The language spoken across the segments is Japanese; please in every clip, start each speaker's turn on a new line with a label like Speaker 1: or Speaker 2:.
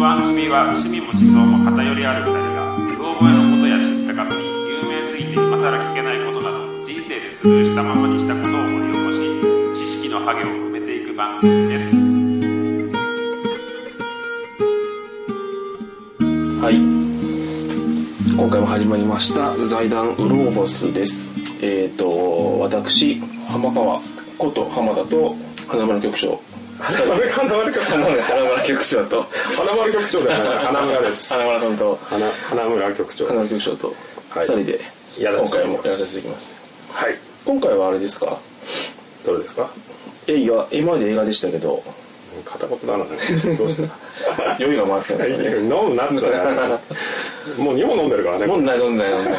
Speaker 1: は趣味も思想も偏りある二人がうろ覚えのことや知ったかぶり有名すぎて今更聞けないことなど人生でスルーしたままにしたことを掘り起こし知識のハゲを埋めていく番組です
Speaker 2: はい今回も始まりました財団ウローボスですえっ、と私浜川こと浜田と花村局長
Speaker 3: 花丸花丸局長花村局長と
Speaker 2: 花丸局長で
Speaker 3: 花村です
Speaker 2: 花村さんと
Speaker 3: 花花村局長
Speaker 2: 花
Speaker 3: で
Speaker 2: 村
Speaker 3: す
Speaker 2: 局長と
Speaker 3: は
Speaker 2: 二
Speaker 3: い
Speaker 2: 人で
Speaker 3: やら
Speaker 2: 今
Speaker 3: せて
Speaker 2: 回
Speaker 3: いただき
Speaker 2: も
Speaker 3: ます
Speaker 2: やらせていただきます
Speaker 3: はい
Speaker 2: 今回はあれですか
Speaker 3: どれですか
Speaker 2: 映画今まで映画でしたけど
Speaker 3: 片言だなどうした
Speaker 2: 酔いが回ってたんですかね
Speaker 3: 飲むなっつったらもう2本飲んでるから ね
Speaker 2: 飲んだ飲んだ飲んだ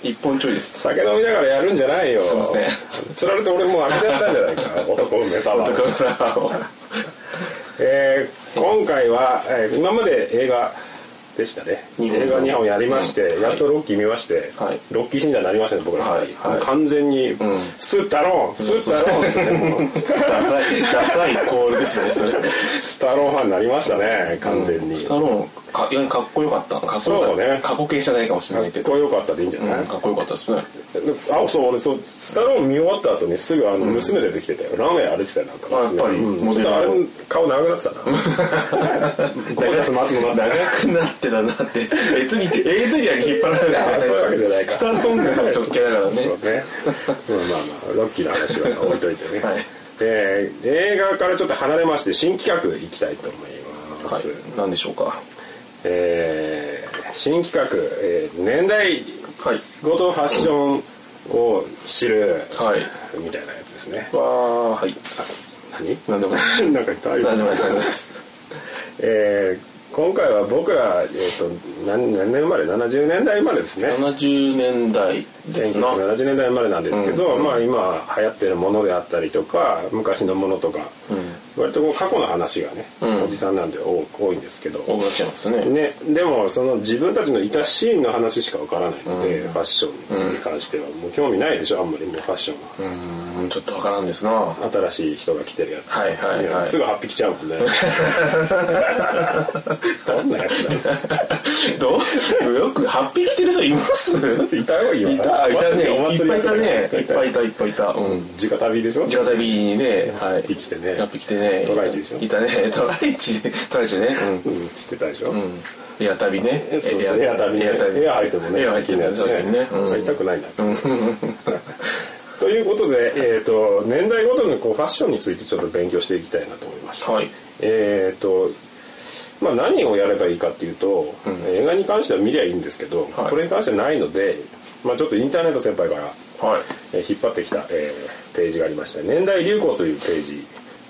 Speaker 2: 一本ちょいです
Speaker 3: 酒飲みながらやるんじゃないよ
Speaker 2: すいません
Speaker 3: つられて俺もう開けちゃったんじゃないか男梅沢
Speaker 2: 男 のさを
Speaker 3: えー今回は、えー今まで映画でしたね
Speaker 2: 二本
Speaker 3: 映画2本やりまして、やっとロッキー見まして、
Speaker 2: はい
Speaker 3: ロッキー信者になりましたね僕らの二人
Speaker 2: はいはい
Speaker 3: 完全に、
Speaker 2: ん
Speaker 3: スタローンスタローンですねも う
Speaker 2: ダサいダサいコールですねそれ
Speaker 3: スタローンファンになりましたね完全に、
Speaker 2: スタ
Speaker 3: かっ
Speaker 2: ローンか意外にかっこよかったかっこよか
Speaker 3: そ
Speaker 2: っ
Speaker 3: う
Speaker 2: た
Speaker 3: ね
Speaker 2: 過去形じゃないかもしれないけど
Speaker 3: こよかったでいいんじゃない、
Speaker 2: うんかっこよかったですね
Speaker 3: であそう俺そうスタローン見終わった後にすぐあの娘出てきてたよ、ランウェイ歩いてたよなんか
Speaker 2: あやっぱり
Speaker 3: うん
Speaker 2: モ
Speaker 3: ち
Speaker 2: デル
Speaker 3: ょっとあれも顔長くなってたな このやつ待つの待つ
Speaker 2: 長
Speaker 3: の
Speaker 2: くなってたな って別にエイドリアンに引っ張られ
Speaker 3: あそういうわけじゃないか
Speaker 2: スタローンが直径だからね
Speaker 3: そうね。まあまあ、ロッキーの話は置いといてね。
Speaker 2: はい
Speaker 3: で映画からちょっと離れまして、新企画いきたいと思います。
Speaker 2: はい何でしょうか
Speaker 3: えー新企画、えー年代
Speaker 2: はい
Speaker 3: ごとファッションを知る、
Speaker 2: はい
Speaker 3: みたいなやつですね。
Speaker 2: わーはい
Speaker 3: あ何
Speaker 2: 何でもないです
Speaker 3: なんか言った
Speaker 2: 何でもない何でもない です
Speaker 3: えー今回は僕ら、えー、と何何年生まれ70年代生まれですね
Speaker 2: 70年代ですな
Speaker 3: 1970年代生まれなんですけど、まあ、今流行ってるものであったりとか昔のものとか、割とこう過去の話がね、
Speaker 2: ん
Speaker 3: おじさんなんで多多いんですけど、
Speaker 2: 多くなっちゃいますね
Speaker 3: ね、でもその自分たちのいたシーンの話しかわからないので、ファッションに関してはもう興味ないでしょあんまりもうファッションは。
Speaker 2: うんちょっとわからんですな は
Speaker 3: 新しい人が来てるやつ、
Speaker 2: はいはいはい
Speaker 3: すぐ発匹来ちゃうも んねどんなやつだよ
Speaker 2: どうよく8匹来てる人います
Speaker 3: いたよ今
Speaker 2: いたいたね
Speaker 3: お
Speaker 2: いっ
Speaker 3: 祭
Speaker 2: ぱい
Speaker 3: り
Speaker 2: いたねいっぱいい
Speaker 3: い
Speaker 2: たいっぱいいたうん
Speaker 3: 直旅でしょ
Speaker 2: 地下旅にね、はい、
Speaker 3: 匹来てね
Speaker 2: やっぱ来てね、
Speaker 3: トライチでしょ
Speaker 2: いた ね、トライチ、トライチね、
Speaker 3: うん来てたでしょ、
Speaker 2: うん、うん、エア旅ね、
Speaker 3: そうそうエア旅ね
Speaker 2: エア旅、
Speaker 3: エア入ってもね
Speaker 2: エア入ってもね、
Speaker 3: 最
Speaker 2: そうだ
Speaker 3: 近
Speaker 2: よ
Speaker 3: の
Speaker 2: ね
Speaker 3: や、つね入りたくないな ということで、えー、と年代ごとのこうファッションについてちょっと勉強していきたいなと思いました、
Speaker 2: はい、
Speaker 3: えっ、とまあ何をやればいいかっていうと、映画に関しては見りゃいいんですけど、
Speaker 2: はい
Speaker 3: これに関してはないので、まあ、ちょっとインターネット先輩から
Speaker 2: はい、
Speaker 3: えー引っ張ってきた、えーページがありまして年代流行というページ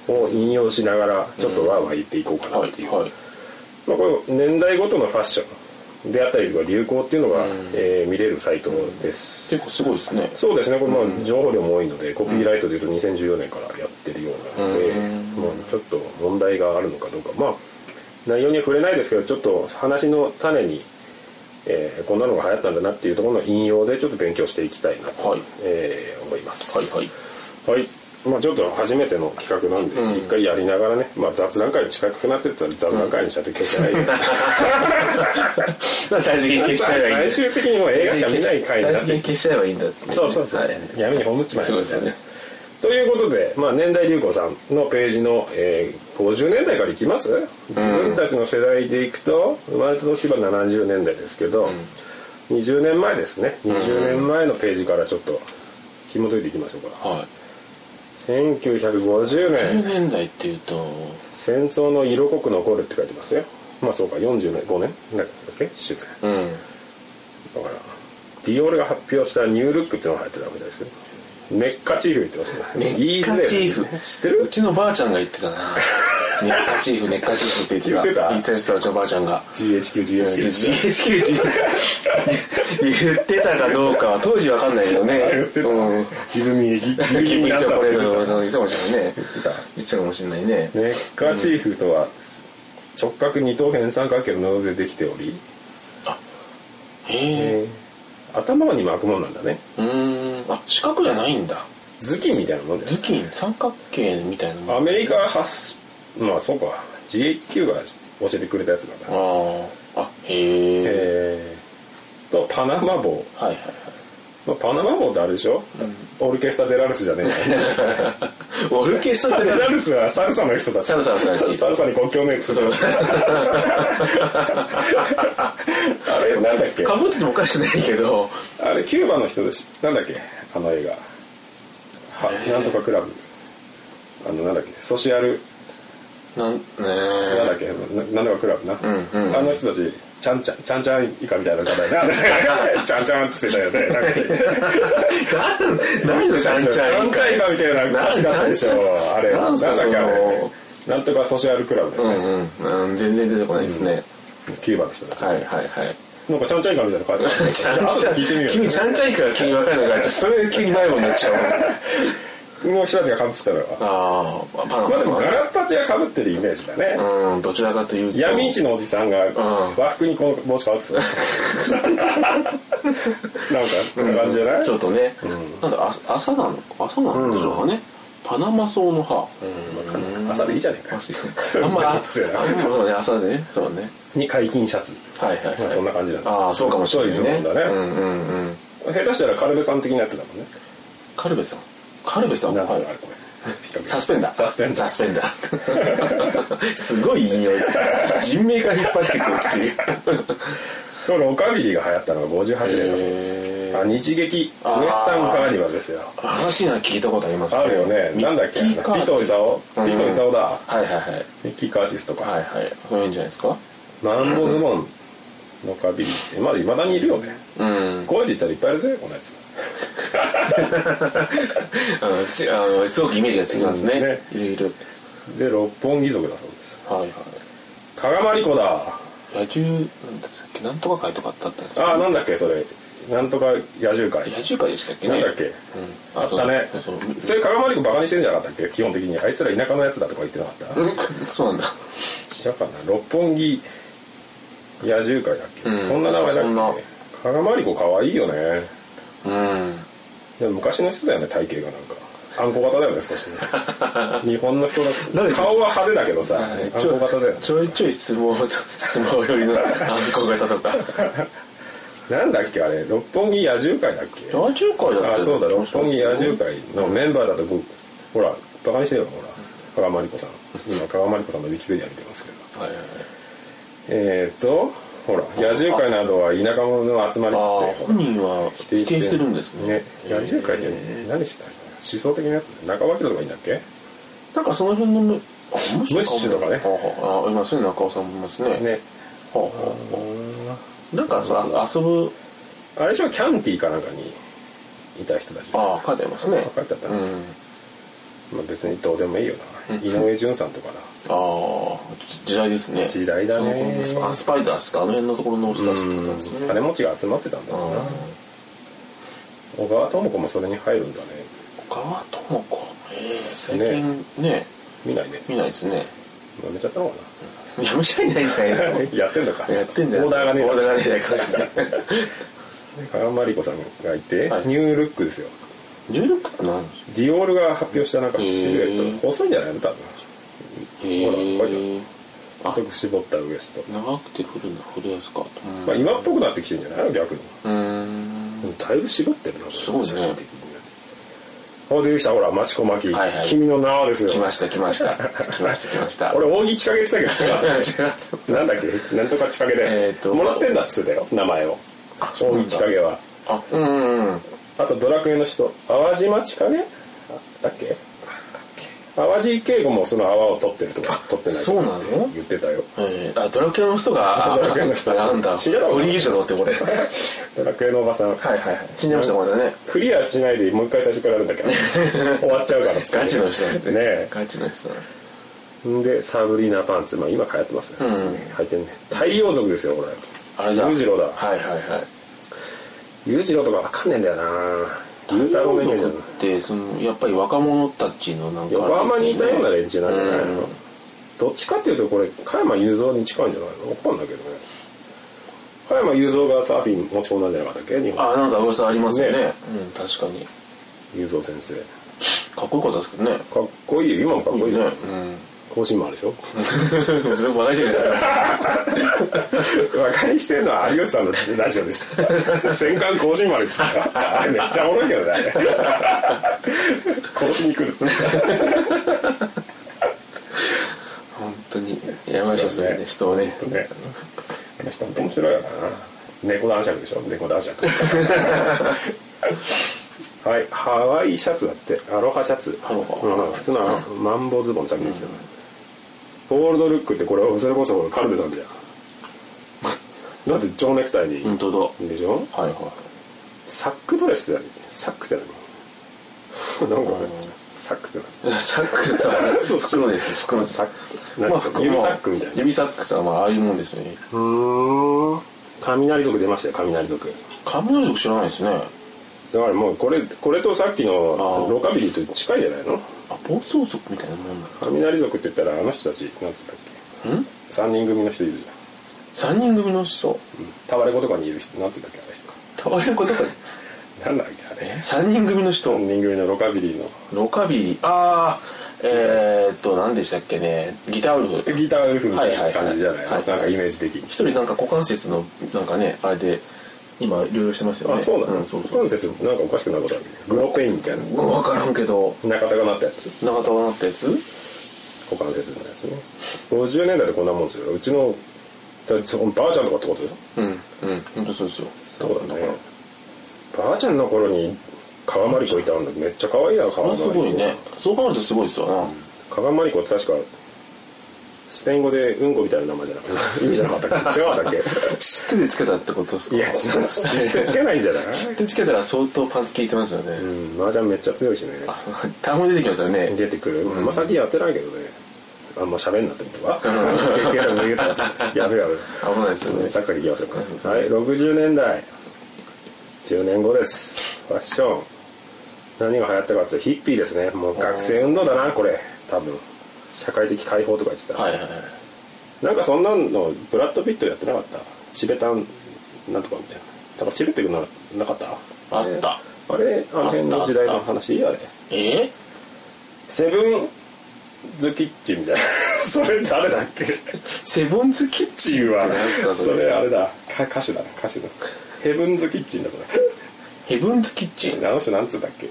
Speaker 3: を引用しながらちょっとわーわー言っていこうかな
Speaker 2: は
Speaker 3: っ
Speaker 2: い
Speaker 3: ていう、、
Speaker 2: はい、
Speaker 3: まあ、この年代ごとのファッションであったりとか流行っていうのが、えー見れるサイトです、
Speaker 2: 結構すごいですね。
Speaker 3: そうですねこれまあ情報量も多いのでコピーライトでいうと2014年からやってるようなので、まあ、ちょっと問題があるのかどうかまあ内容には触れないですけどちょっと話の種に、えーこんなのが流行ったんだなっていうところの引用でちょっと勉強していきたいなと、
Speaker 2: はい
Speaker 3: えー思います。
Speaker 2: はい、はい、
Speaker 3: はい、まあ、ちょっと初めての企画なんで一回やりながらね、まあ、雑談会に近くなってったら雑談会にしたって消しないで、
Speaker 2: 最終的に 消しちゃえばいいん
Speaker 3: 最
Speaker 2: だ。
Speaker 3: 終的にもう映画しか見ない回に
Speaker 2: 最
Speaker 3: なっ
Speaker 2: 終的
Speaker 3: て
Speaker 2: に消しちゃえばいいんだってね。
Speaker 3: そうそうそう、
Speaker 2: はい
Speaker 3: 闇に葬っちまえ
Speaker 2: すごいですよね。
Speaker 3: ということで、まあ、年代流行さんのページの、えー50年代からいきます自分たちの世代でいくと生まれた年は70年代ですけど、20年前ですね20年前のページからちょっと紐解いていきましょうか
Speaker 2: は
Speaker 3: 1950
Speaker 2: い。
Speaker 3: 年
Speaker 2: 10年代っていうと、
Speaker 3: 戦争の色濃く残るって書いてますよまあそうか45年だっけ静か
Speaker 2: うん、
Speaker 3: だからディオールが発表したニュールックっていうのが入ってたわけですけどメッカチーフ言ってますね
Speaker 2: ネッカチー
Speaker 3: 言いづらいよね
Speaker 2: フ。
Speaker 3: 知って
Speaker 2: う
Speaker 3: る
Speaker 2: ちのばあちゃんが言って たな。ネッカチーフ、ネッカチーフって言ってた。
Speaker 3: 言
Speaker 2: 言っ
Speaker 3: っ
Speaker 2: てたやつだ、うちのばあちゃんが。
Speaker 3: GHQGHQ
Speaker 2: GHQ 言ってたかどうかは当時わかんないけどね
Speaker 3: 言ってた
Speaker 2: うん
Speaker 3: 歪み歪
Speaker 2: キ
Speaker 3: みに
Speaker 2: ム
Speaker 3: なっ
Speaker 2: チ
Speaker 3: た
Speaker 2: ョ
Speaker 3: わ
Speaker 2: コ
Speaker 3: け
Speaker 2: レ
Speaker 3: で
Speaker 2: ートの
Speaker 3: すよ
Speaker 2: その言ってたかもしれないね
Speaker 3: 言ってた
Speaker 2: 言ってたかもしれないね
Speaker 3: メッカチーフとは直角二等辺三角形のノーズでできており、
Speaker 2: へえ
Speaker 3: 頭に巻くもんなんだね
Speaker 2: うーんあ四角じゃないんだ
Speaker 3: 頭巾みたいなもんだよね
Speaker 2: 頭巾三角形みたいなもん
Speaker 3: アメリカ発まあそうか GHQ が教えてくれたやつなんだ
Speaker 2: あーあへえ
Speaker 3: えーとパナマ帽、
Speaker 2: はいはい
Speaker 3: まあ、パナマ帽ってあれでしょ、オルケスタ・デラルスじゃねえか
Speaker 2: はいオルケストラ
Speaker 3: デ
Speaker 2: で
Speaker 3: ラルスはサルサの人だ
Speaker 2: サルサの人たち
Speaker 3: サルサに国境のやつ
Speaker 2: そう
Speaker 3: あれなんだっけ
Speaker 2: かぶっててもおかしくないけど
Speaker 3: あれキューバの人でしなんだっけあの映画はなんとかクラブあのなんだっけソシアル
Speaker 2: なんね
Speaker 3: なんだ
Speaker 2: え
Speaker 3: っけななんとかクラブな、
Speaker 2: んうん
Speaker 3: あの人たちちゃんちゃんちゃんちゃん以下みたいな方やなちゃんちゃんってしてたよねなんか
Speaker 2: 何のちゃんちゃん
Speaker 3: ちゃん以下みたいな歌詞だったでしょあれ
Speaker 2: なんすか
Speaker 3: だっけあ
Speaker 2: そ
Speaker 3: れ
Speaker 2: の
Speaker 3: なんとかソシアルクラブだよ
Speaker 2: う
Speaker 3: ね、
Speaker 2: んうん、うん、全然出てこないですね、
Speaker 3: キューバの人たち
Speaker 2: はいはいはい
Speaker 3: なんかちゃんちゃん以下みたいな感じだ っ
Speaker 2: ち
Speaker 3: た
Speaker 2: ゃ
Speaker 3: あ
Speaker 2: んちゃ
Speaker 3: と
Speaker 2: ん
Speaker 3: で聞いてみよう
Speaker 2: 君ちゃんちゃんいくら君分かるのかそれ急に迷子になっちゃう
Speaker 3: もう人たちがかぶってたのは
Speaker 2: ああパナ
Speaker 3: まあでも
Speaker 2: マ
Speaker 3: ガラッパチがかぶってるイメージだね、
Speaker 2: うんどちらかというと
Speaker 3: 闇市のおじさんが
Speaker 2: ん
Speaker 3: 和服にこの帽子変わってた なんかそんな感じじゃない、
Speaker 2: ちょっとね、なんだあ朝なの朝なんでしょうかね、パナマ草の葉、
Speaker 3: 朝でいいじゃねえか
Speaker 2: あんまりあんま
Speaker 3: うっせえ な
Speaker 2: そうね朝でねそうね
Speaker 3: に解禁シャツ
Speaker 2: はいはい、はい、
Speaker 3: そんな感じなんだ
Speaker 2: ああそうかもしれないね
Speaker 3: そういうズボンだね
Speaker 2: うんうんうん
Speaker 3: 下手したらカルベさん的なやつだもんね
Speaker 2: カルベさんカルベさん
Speaker 3: なんつう
Speaker 2: はい
Speaker 3: のあれこれ
Speaker 2: サスペンダー
Speaker 3: サスペンダ
Speaker 2: サ
Speaker 3: ー
Speaker 2: スペンダー すごいいい匂いですから人名から引っ張ってくるっていう
Speaker 3: それオカビリが流行ったのが58年だそうで
Speaker 2: へ
Speaker 3: す
Speaker 2: ー
Speaker 3: あ日劇ウエスタンカーニバルですよ
Speaker 2: 話なんか聞いたことあります
Speaker 3: あるよねなんだっけ
Speaker 2: ミッキ
Speaker 3: ピ
Speaker 2: ーカーチ
Speaker 3: トイサオピトイサオだ
Speaker 2: はいはいはい
Speaker 3: ミッキーカーティスとか
Speaker 2: はいはいそういうんじゃないですか
Speaker 3: マンボズボンのオカビリってまだいまだにいるよね
Speaker 2: うん
Speaker 3: こうやって言ったらいっぱいあるぜこのやつ
Speaker 2: あのちあのすごくイメージがつきます
Speaker 3: う
Speaker 2: ね
Speaker 3: んね
Speaker 2: いろいろ
Speaker 3: で六本木族だそうです
Speaker 2: はいはい
Speaker 3: 加賀まりこだ
Speaker 2: 野獣なんだっけなんとか会とかってあったんです
Speaker 3: あ
Speaker 2: か
Speaker 3: なんだっけそれなんとか野獣会
Speaker 2: 野獣会でしたっけ
Speaker 3: な
Speaker 2: ね
Speaker 3: んだっけ、
Speaker 2: うん
Speaker 3: あったね
Speaker 2: そう そう
Speaker 3: それ加賀まりこバカにしてんじゃなかったっけ基本的にあいつら田舎のやつだとか言ってなかった、
Speaker 2: うんそうなんだ
Speaker 3: 違うかな六本木野獣会だっけ、
Speaker 2: うん
Speaker 3: そんな名前
Speaker 2: そん
Speaker 3: だっ
Speaker 2: な
Speaker 3: け加賀まりこかわいいよね
Speaker 2: うん
Speaker 3: でも昔の人だよね体型がなんかあんこ型だよね少 しね日本の人だ
Speaker 2: 誰
Speaker 3: って顔は派手だけどさ、
Speaker 2: はい
Speaker 3: あんこ型だよね
Speaker 2: ちょいちょい相撲と 相撲寄りのあんこ型とか
Speaker 3: なんだっけあれ六本 木野獣会だっけ
Speaker 2: 野獣会だった
Speaker 3: あ
Speaker 2: よ
Speaker 3: そうだ六本木野獣会のメンバーだと僕ほらバカにしてるよほら加賀まりこさん今加賀まりこさんのウィキペディア見てますけど
Speaker 2: はいはいはい
Speaker 3: えー、とほら野獣会などは田舎者の集まりっつ
Speaker 2: ああ
Speaker 3: ってほら
Speaker 2: 本人は否定してるんですね
Speaker 3: 野獣会って何してたの思想的なやつ中脇とかいいんだっけ
Speaker 2: なんかその辺のむあ無
Speaker 3: 無視とかね
Speaker 2: あああいますね中尾さんもいますね
Speaker 3: ね
Speaker 2: はあはあなんかそのあ遊ぶ
Speaker 3: あれでしょキャンティーかなんかにいた人たちま
Speaker 2: ああ書いてありますね
Speaker 3: 書いてあった
Speaker 2: う
Speaker 3: ね
Speaker 2: ん
Speaker 3: あ別にどうでもいいよな井上潤さんとかな
Speaker 2: ああ時代ですね
Speaker 3: 時代だね
Speaker 2: そのあスパイダースかあの辺のところの人たちってことなんですね
Speaker 3: 金持ちが集まってたんだろうな小川智子もそれに入るんだね
Speaker 2: 小川智子ええ最近ね
Speaker 3: 見ないね
Speaker 2: 見ないですね
Speaker 3: やめちゃったのか
Speaker 2: いやむしゃいないんじゃない
Speaker 3: な
Speaker 2: の
Speaker 3: やってんのか
Speaker 2: やってんだよ
Speaker 3: オーダーがねえ
Speaker 2: オ
Speaker 3: な
Speaker 2: ーダーがねえだからしれない
Speaker 3: 加賀まりこさんがいて、
Speaker 2: はい
Speaker 3: ニュールックですよ
Speaker 2: ニュールックって何ですか
Speaker 3: ディオールが発表したなんかシルエ
Speaker 2: へ
Speaker 3: ッ
Speaker 2: ー
Speaker 3: ト細いんじゃないの多分
Speaker 2: へ
Speaker 3: ほら書いて
Speaker 2: えあ
Speaker 3: 細く絞ったウエスト、
Speaker 2: 長くて古いの古いやつかうん
Speaker 3: まあ、今っぽくなってきてるんじゃないの逆に、
Speaker 2: うーん
Speaker 3: だいぶ絞ってるなこれ
Speaker 2: すごいね
Speaker 3: 写真的にねほ出てきたほら町子真紀、
Speaker 2: はいはい
Speaker 3: 君の名はですよ
Speaker 2: 来ました来ました来ました来ました
Speaker 3: 俺大木千景って言ってたけど違う
Speaker 2: 違う
Speaker 3: なんだっけなんとか千景で、
Speaker 2: えーと
Speaker 3: もらってんだっつってたよ名前を
Speaker 2: あそうな
Speaker 3: 大
Speaker 2: ん
Speaker 3: 木
Speaker 2: だ
Speaker 3: 千景は
Speaker 2: あうんうんうん
Speaker 3: あとドラクエの人淡路町かねだっけ淡路稽古もその泡を取ってるとか取ってないと
Speaker 2: そう
Speaker 3: か
Speaker 2: なの
Speaker 3: 言ってたよ
Speaker 2: えーあドラクエの人が
Speaker 3: ドラクエの人
Speaker 2: あなんだ
Speaker 3: 死んじゃったの
Speaker 2: オリージョだってこれはい
Speaker 3: ドラクエのおばさん
Speaker 2: はいはい死んじゃいましたこれね
Speaker 3: クリアしないでもう一回最初からやるんだけ ど終わっちゃうからっつって
Speaker 2: ガチの人なん
Speaker 3: ね
Speaker 2: で
Speaker 3: え
Speaker 2: ガチの人なん
Speaker 3: でサブリーナパンツまあ今流行ってますね普通にね履いてんね太陽族ですよこれ
Speaker 2: あれだ
Speaker 3: 裕次郎だ
Speaker 2: はいはいはい
Speaker 3: 裕次郎とかわかんねえんだよな裕太
Speaker 2: 太
Speaker 3: 郎メニュ
Speaker 2: 陽
Speaker 3: ーじゃ
Speaker 2: 族ってそのやっぱり若者たちのなんか
Speaker 3: 横浜にいたような
Speaker 2: ね
Speaker 3: 連中なんじゃないの、
Speaker 2: うん
Speaker 3: どっちかっていうとこれ加山雄三に近いんじゃないのわかんないけどね加山雄三がサーフィン持ち込んだんじゃなかったっけ日本
Speaker 2: あなんか噂ありますよね
Speaker 3: ね
Speaker 2: うん確かに
Speaker 3: 雄三先生
Speaker 2: かっこよかったですけどね
Speaker 3: かっこいいよ今もかっこいいじゃ
Speaker 2: う
Speaker 3: ん、
Speaker 2: ん
Speaker 3: 方針もあるでしょ
Speaker 2: それも話じゃないですか
Speaker 3: 馬鹿にしてんのは有吉さんのラジオでし ょ戦艦甲子丸っつった らあれめっちゃおもろいけどねあれ甲子に来るっつったら
Speaker 2: 本当にやばいですよね人をね
Speaker 3: ねあの人本当面白いよな猫男爵でしょ猫男 爵はいハワイシャツだってアロハシャツ
Speaker 2: アロハ
Speaker 3: うん普通のマンボズボンさんですよ、ゴールドルックってこれそれこそカルベさんじゃんだって蝶ネクタイに、
Speaker 2: 本当だ
Speaker 3: でしょ
Speaker 2: はいは
Speaker 3: サックドレスって何サックって何なんかねサックって
Speaker 2: いサックとは
Speaker 3: そう
Speaker 2: 袋です袋
Speaker 3: 何
Speaker 2: です
Speaker 3: サック何
Speaker 2: まあ
Speaker 3: まあ、
Speaker 2: 袋
Speaker 3: 指
Speaker 2: も
Speaker 3: サックみたいな
Speaker 2: 指サックさんはああいうもんですよね
Speaker 3: うーん雷族出ましたよ雷族
Speaker 2: 雷族知らないですね
Speaker 3: だからもうこれこれとさっき
Speaker 2: あ
Speaker 3: の
Speaker 2: ー
Speaker 3: ロカビリーと近いじゃないの
Speaker 2: あ暴走族みたいなもんな
Speaker 3: 雷族って言ったらあの人たちなんつったっけ
Speaker 2: のん
Speaker 3: 3人組の人いるじゃ
Speaker 2: 三人組の人
Speaker 3: ん、タワレコとかにいる人なんつったっけあの
Speaker 2: タ
Speaker 3: 人
Speaker 2: ワレコとか
Speaker 3: なんだっけあれ
Speaker 2: 三人組の人
Speaker 3: 3人組のロカビリーの
Speaker 2: ロカビリああえー、っと何でしたっけねギターウルフ
Speaker 3: ギターウルフみたいな感じじゃない
Speaker 2: は
Speaker 3: の
Speaker 2: いはいはい
Speaker 3: なんかイメージ的に
Speaker 2: 一人なんか股関節のなんかねあれで今療養してますよね
Speaker 3: あそうな
Speaker 2: う
Speaker 3: の
Speaker 2: ん、そう
Speaker 3: 股
Speaker 2: そう
Speaker 3: 関節なんかおかしくなることあるグロペインみたいな
Speaker 2: 分からんけど
Speaker 3: 中田がなったやつ
Speaker 2: 長田がなったやつ
Speaker 3: 股関節のやつね50年代でこんなもんですようちのだばあちゃんとかってことでし
Speaker 2: う
Speaker 3: ょ
Speaker 2: んうん本当そうですよ
Speaker 3: そうだねばあちゃんの頃に川真理子いたんだめっちゃ可愛いな
Speaker 2: これ
Speaker 3: 川
Speaker 2: は
Speaker 3: 真
Speaker 2: す
Speaker 3: 理子
Speaker 2: ごいねそう考えるとすごいですよな
Speaker 3: 川真理子って確かスペイン語でうんこみたいな名前じゃなかった意味じゃなかったっけ違うだっ
Speaker 2: 知っててつけたってことです
Speaker 3: け
Speaker 2: か
Speaker 3: いやつつけないんじゃない
Speaker 2: 知ってつけたら相当パンツ効いてますよね、
Speaker 3: うん麻雀めっちゃ強いしね
Speaker 2: あ単語出てきますよね
Speaker 3: 出てくる、まあ最近やってないけどねあんま喋んなってみては やべやべ
Speaker 2: 危ないですよね
Speaker 3: サクサクいきましょうかはい60年代10年後ですファッション何が流行ったかってヒッピーですねもう学生運動だなこれ多分社会的解放とか言ってた、
Speaker 2: はいはいはい
Speaker 3: なんかそんなのブラッド・ピットやってなかったチベタンなんとかみたいなだからチベってななかった
Speaker 2: あった
Speaker 3: あれあの辺の時代の話あれ
Speaker 2: えー
Speaker 3: セブンズキッチンみたいな それ誰だっけ
Speaker 2: セボンズキッ
Speaker 3: チンは
Speaker 2: ってなんすかそ
Speaker 3: そ
Speaker 2: れ
Speaker 3: れあれだか歌手だな歌手だヘブンズキッチンだそれ
Speaker 2: ヘブンズキッチン
Speaker 3: あの人なんつうんだっけ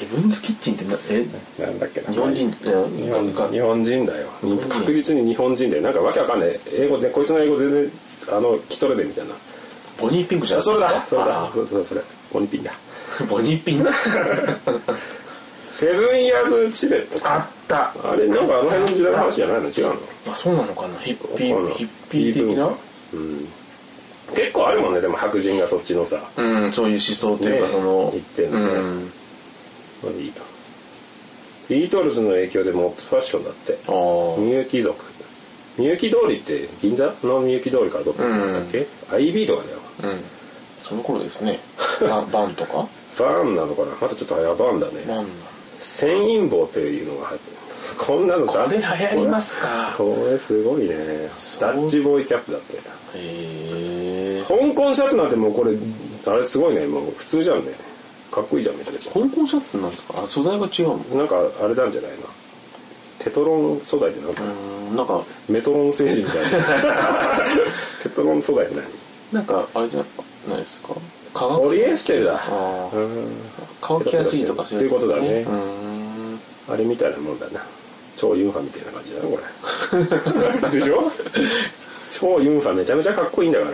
Speaker 2: ヘブンズキッチンってなえ
Speaker 3: なんだっけな
Speaker 2: 日本人
Speaker 3: 日
Speaker 2: 日
Speaker 3: 本
Speaker 2: か
Speaker 3: 日本人だよ
Speaker 2: 人
Speaker 3: 確実に日本人でなんかわけわかんない英語でこいつの英語全然あの聞き取れねえみたいな
Speaker 2: ボニーピンクじゃ
Speaker 3: あ
Speaker 2: ん
Speaker 3: それだそれだ
Speaker 2: あ
Speaker 3: それそれそれボニピンだ
Speaker 2: ー ボニーピン
Speaker 3: セブンイヤーズチベットか
Speaker 2: あった
Speaker 3: あれなんかあの辺の時代の話じゃないの違うの
Speaker 2: あそうなのかなヒッピ
Speaker 3: わかん
Speaker 2: ー
Speaker 3: ない
Speaker 2: ヒッピー的な
Speaker 3: 結構あるもんねでも白人がそっちのさ
Speaker 2: うんそういう思想というか
Speaker 3: ね
Speaker 2: その
Speaker 3: 言ってん
Speaker 2: う
Speaker 3: のね
Speaker 2: ん
Speaker 3: まあいいなビートルズの影響でモップファッションだって
Speaker 2: あー
Speaker 3: みゆき族みゆき通りって銀座のみゆき通りからどっかだったっけ、IB とかだよ
Speaker 2: うんその頃です ねバンバンとか
Speaker 3: バーンなのかなまたちょっとやバーンだね
Speaker 2: バン
Speaker 3: 繊維棒っていうのが入ってるこんなの
Speaker 2: あ
Speaker 3: だ
Speaker 2: れ流行りますか
Speaker 3: これすごいねダッチボーイキャップだって
Speaker 2: へえ
Speaker 3: 香港シャツなんてもうこれあれすごいねもう普通じゃんねかっこいいじゃんめちゃめちゃ
Speaker 2: 香港シャツなんですかあ素材が違うの
Speaker 3: なんかあれなんじゃないのテトロン素材ってなんか
Speaker 2: うんなんか
Speaker 3: メトロン星人みたい なテトロン素材って
Speaker 2: な
Speaker 3: 何
Speaker 2: んかあれじゃないですか化学
Speaker 3: ポリエステルだ
Speaker 2: ああ
Speaker 3: うん
Speaker 2: 乾きやすいとかそう
Speaker 3: っていうことだね
Speaker 2: うーん
Speaker 3: あれみたいなもんだな超ユンファみたいな感じだなこれ でしょ超ユンファめちゃめちゃかっこいいんだから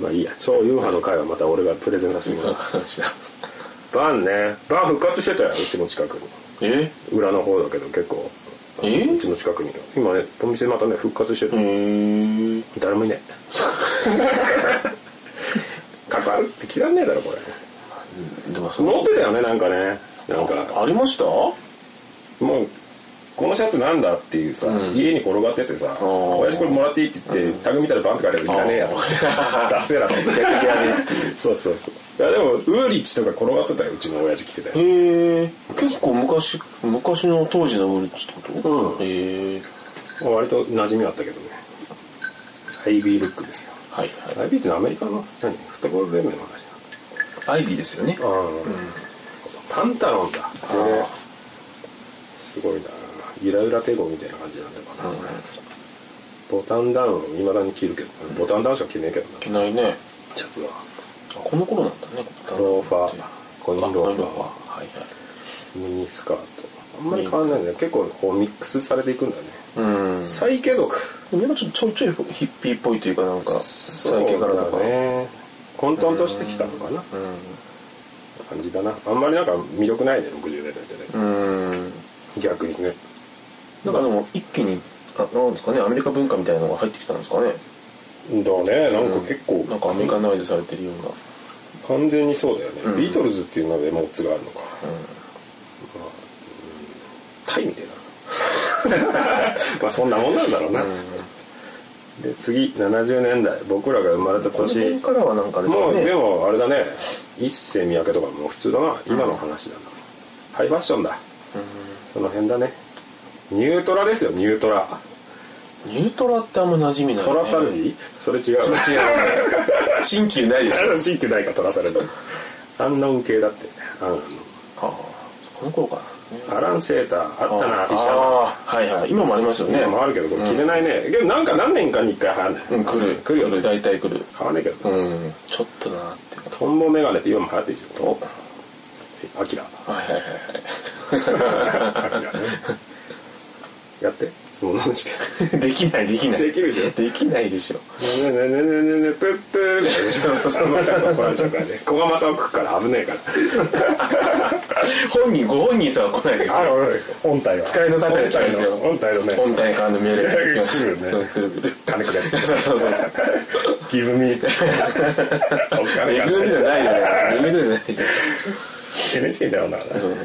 Speaker 3: まあいいや超ユンファの回はまた俺がプレゼンさせてもらう バンねバン復活してたようちの近くに
Speaker 2: え
Speaker 3: 裏の方だけど結構あの
Speaker 2: え
Speaker 3: うちの近くに今ねお店またね復活してる、
Speaker 2: へー
Speaker 3: 誰もいない 関わるって切らんねえだろこれ
Speaker 2: でもその
Speaker 3: 持ってたよねなんかねなんか
Speaker 2: ありました
Speaker 3: もうこのシャツなんだっていうさ、
Speaker 2: うん
Speaker 3: 家に転がっててさ「
Speaker 2: ー
Speaker 3: 親父これもらっていい」って言って、タグ見たらバンって書いてあるいらねえ やと
Speaker 2: あ
Speaker 3: か「出せやろ」そうそうそういやでもウーリッチとか転がってたようちの親父着てたよ
Speaker 2: へえ結構昔昔の当時のウルチってこと
Speaker 3: う
Speaker 2: へ
Speaker 3: ん
Speaker 2: え
Speaker 3: 割と馴染みあったけどねアイビールックですよ
Speaker 2: はい
Speaker 3: アイビーってのはアメリカの何フットボール連盟の話
Speaker 2: アイビーですよね
Speaker 3: ああ、パンタロンだこれすごいなゆらゆら帝国みたいな感じになってるかな、これボタンダウンを未だに着るけどなボタンダウンしか着ねえけどな
Speaker 2: 着ないね
Speaker 3: シャツは
Speaker 2: あこの頃なんだね
Speaker 3: ローファー
Speaker 2: コ
Speaker 3: コイ
Speaker 2: イ
Speaker 3: ン
Speaker 2: ン
Speaker 3: ロ
Speaker 2: ロ
Speaker 3: ー
Speaker 2: ーフ
Speaker 3: ファー
Speaker 2: ァーはい
Speaker 3: ミニスカートあんまり変わんないんだよ結構こうミックスされていくんだね
Speaker 2: はいうん
Speaker 3: サイケ族
Speaker 2: なんかちょちょいちょいヒッピーっぽいというかなんか最近からとか
Speaker 3: そうだね混沌としてきたのかな感じだなあんまりなんか魅力ないね60年代ってね
Speaker 2: うんうん
Speaker 3: 逆にね
Speaker 2: なんかでも一気にあなんですかねアメリカ文化みたいなのが入ってきたんですかね
Speaker 3: だねなんか結構、
Speaker 2: なんかアメリカナイズされてるような
Speaker 3: 完全にそうだよね、
Speaker 2: うん
Speaker 3: ビートルズっていうのでモッツがあるのか、まあうんタイみたいな まあそんなもんなんだろうな、で次70年代僕らが生まれた
Speaker 2: この
Speaker 3: 年
Speaker 2: 辺からはなんかあれだ
Speaker 3: も
Speaker 2: よ
Speaker 3: う
Speaker 2: ね
Speaker 3: でもあれだね一世三宅とかも普通だな今の話だな、ハイファッションだその辺だねニュートラですよニュートラ
Speaker 2: ニュートラってあんま馴染みない、ね、
Speaker 3: トラサルディそれ違う
Speaker 2: 違うね新旧ないでしょ
Speaker 3: あれ新旧ないかトラサルディ アンノン系だってあの
Speaker 2: ああこの頃か
Speaker 3: アランセーターあったな
Speaker 2: あ
Speaker 3: フィッシャーマン
Speaker 2: あーはいはい今もありますよね
Speaker 3: ねもあるけどこれ着れないね、けどなんか何年かに一回は
Speaker 2: うん来る
Speaker 3: 来るよね
Speaker 2: 大体来る
Speaker 3: 買わねえけど、
Speaker 2: うんちょっとなーって
Speaker 3: トンボメガネって今も流行ってるじゃん
Speaker 2: お
Speaker 3: アキラ
Speaker 2: はいはいはい
Speaker 3: アキラねやって質問何して
Speaker 2: はいできないできない
Speaker 3: できるじゃん
Speaker 2: できないでしょ
Speaker 3: ねえねえねえねえねえねえプップーみたいなそんなこと怒られちゃうからね小釜さん食うから危ねえから
Speaker 2: 本人ご本人さんは来ないですよ
Speaker 3: あ俺本体は
Speaker 2: 使いのために来ますよ
Speaker 3: 本体の本体のね
Speaker 2: 本体からの命令が来まし
Speaker 3: 来
Speaker 2: た
Speaker 3: るね
Speaker 2: そうくるくる
Speaker 3: 金くれっつって
Speaker 2: そうそうそうそう
Speaker 3: ギブミーってお金
Speaker 2: 恵みじゃ
Speaker 3: が
Speaker 2: ないよね恵みじゃないじゃん
Speaker 3: NHK みたいなもんだから
Speaker 2: そう
Speaker 3: ね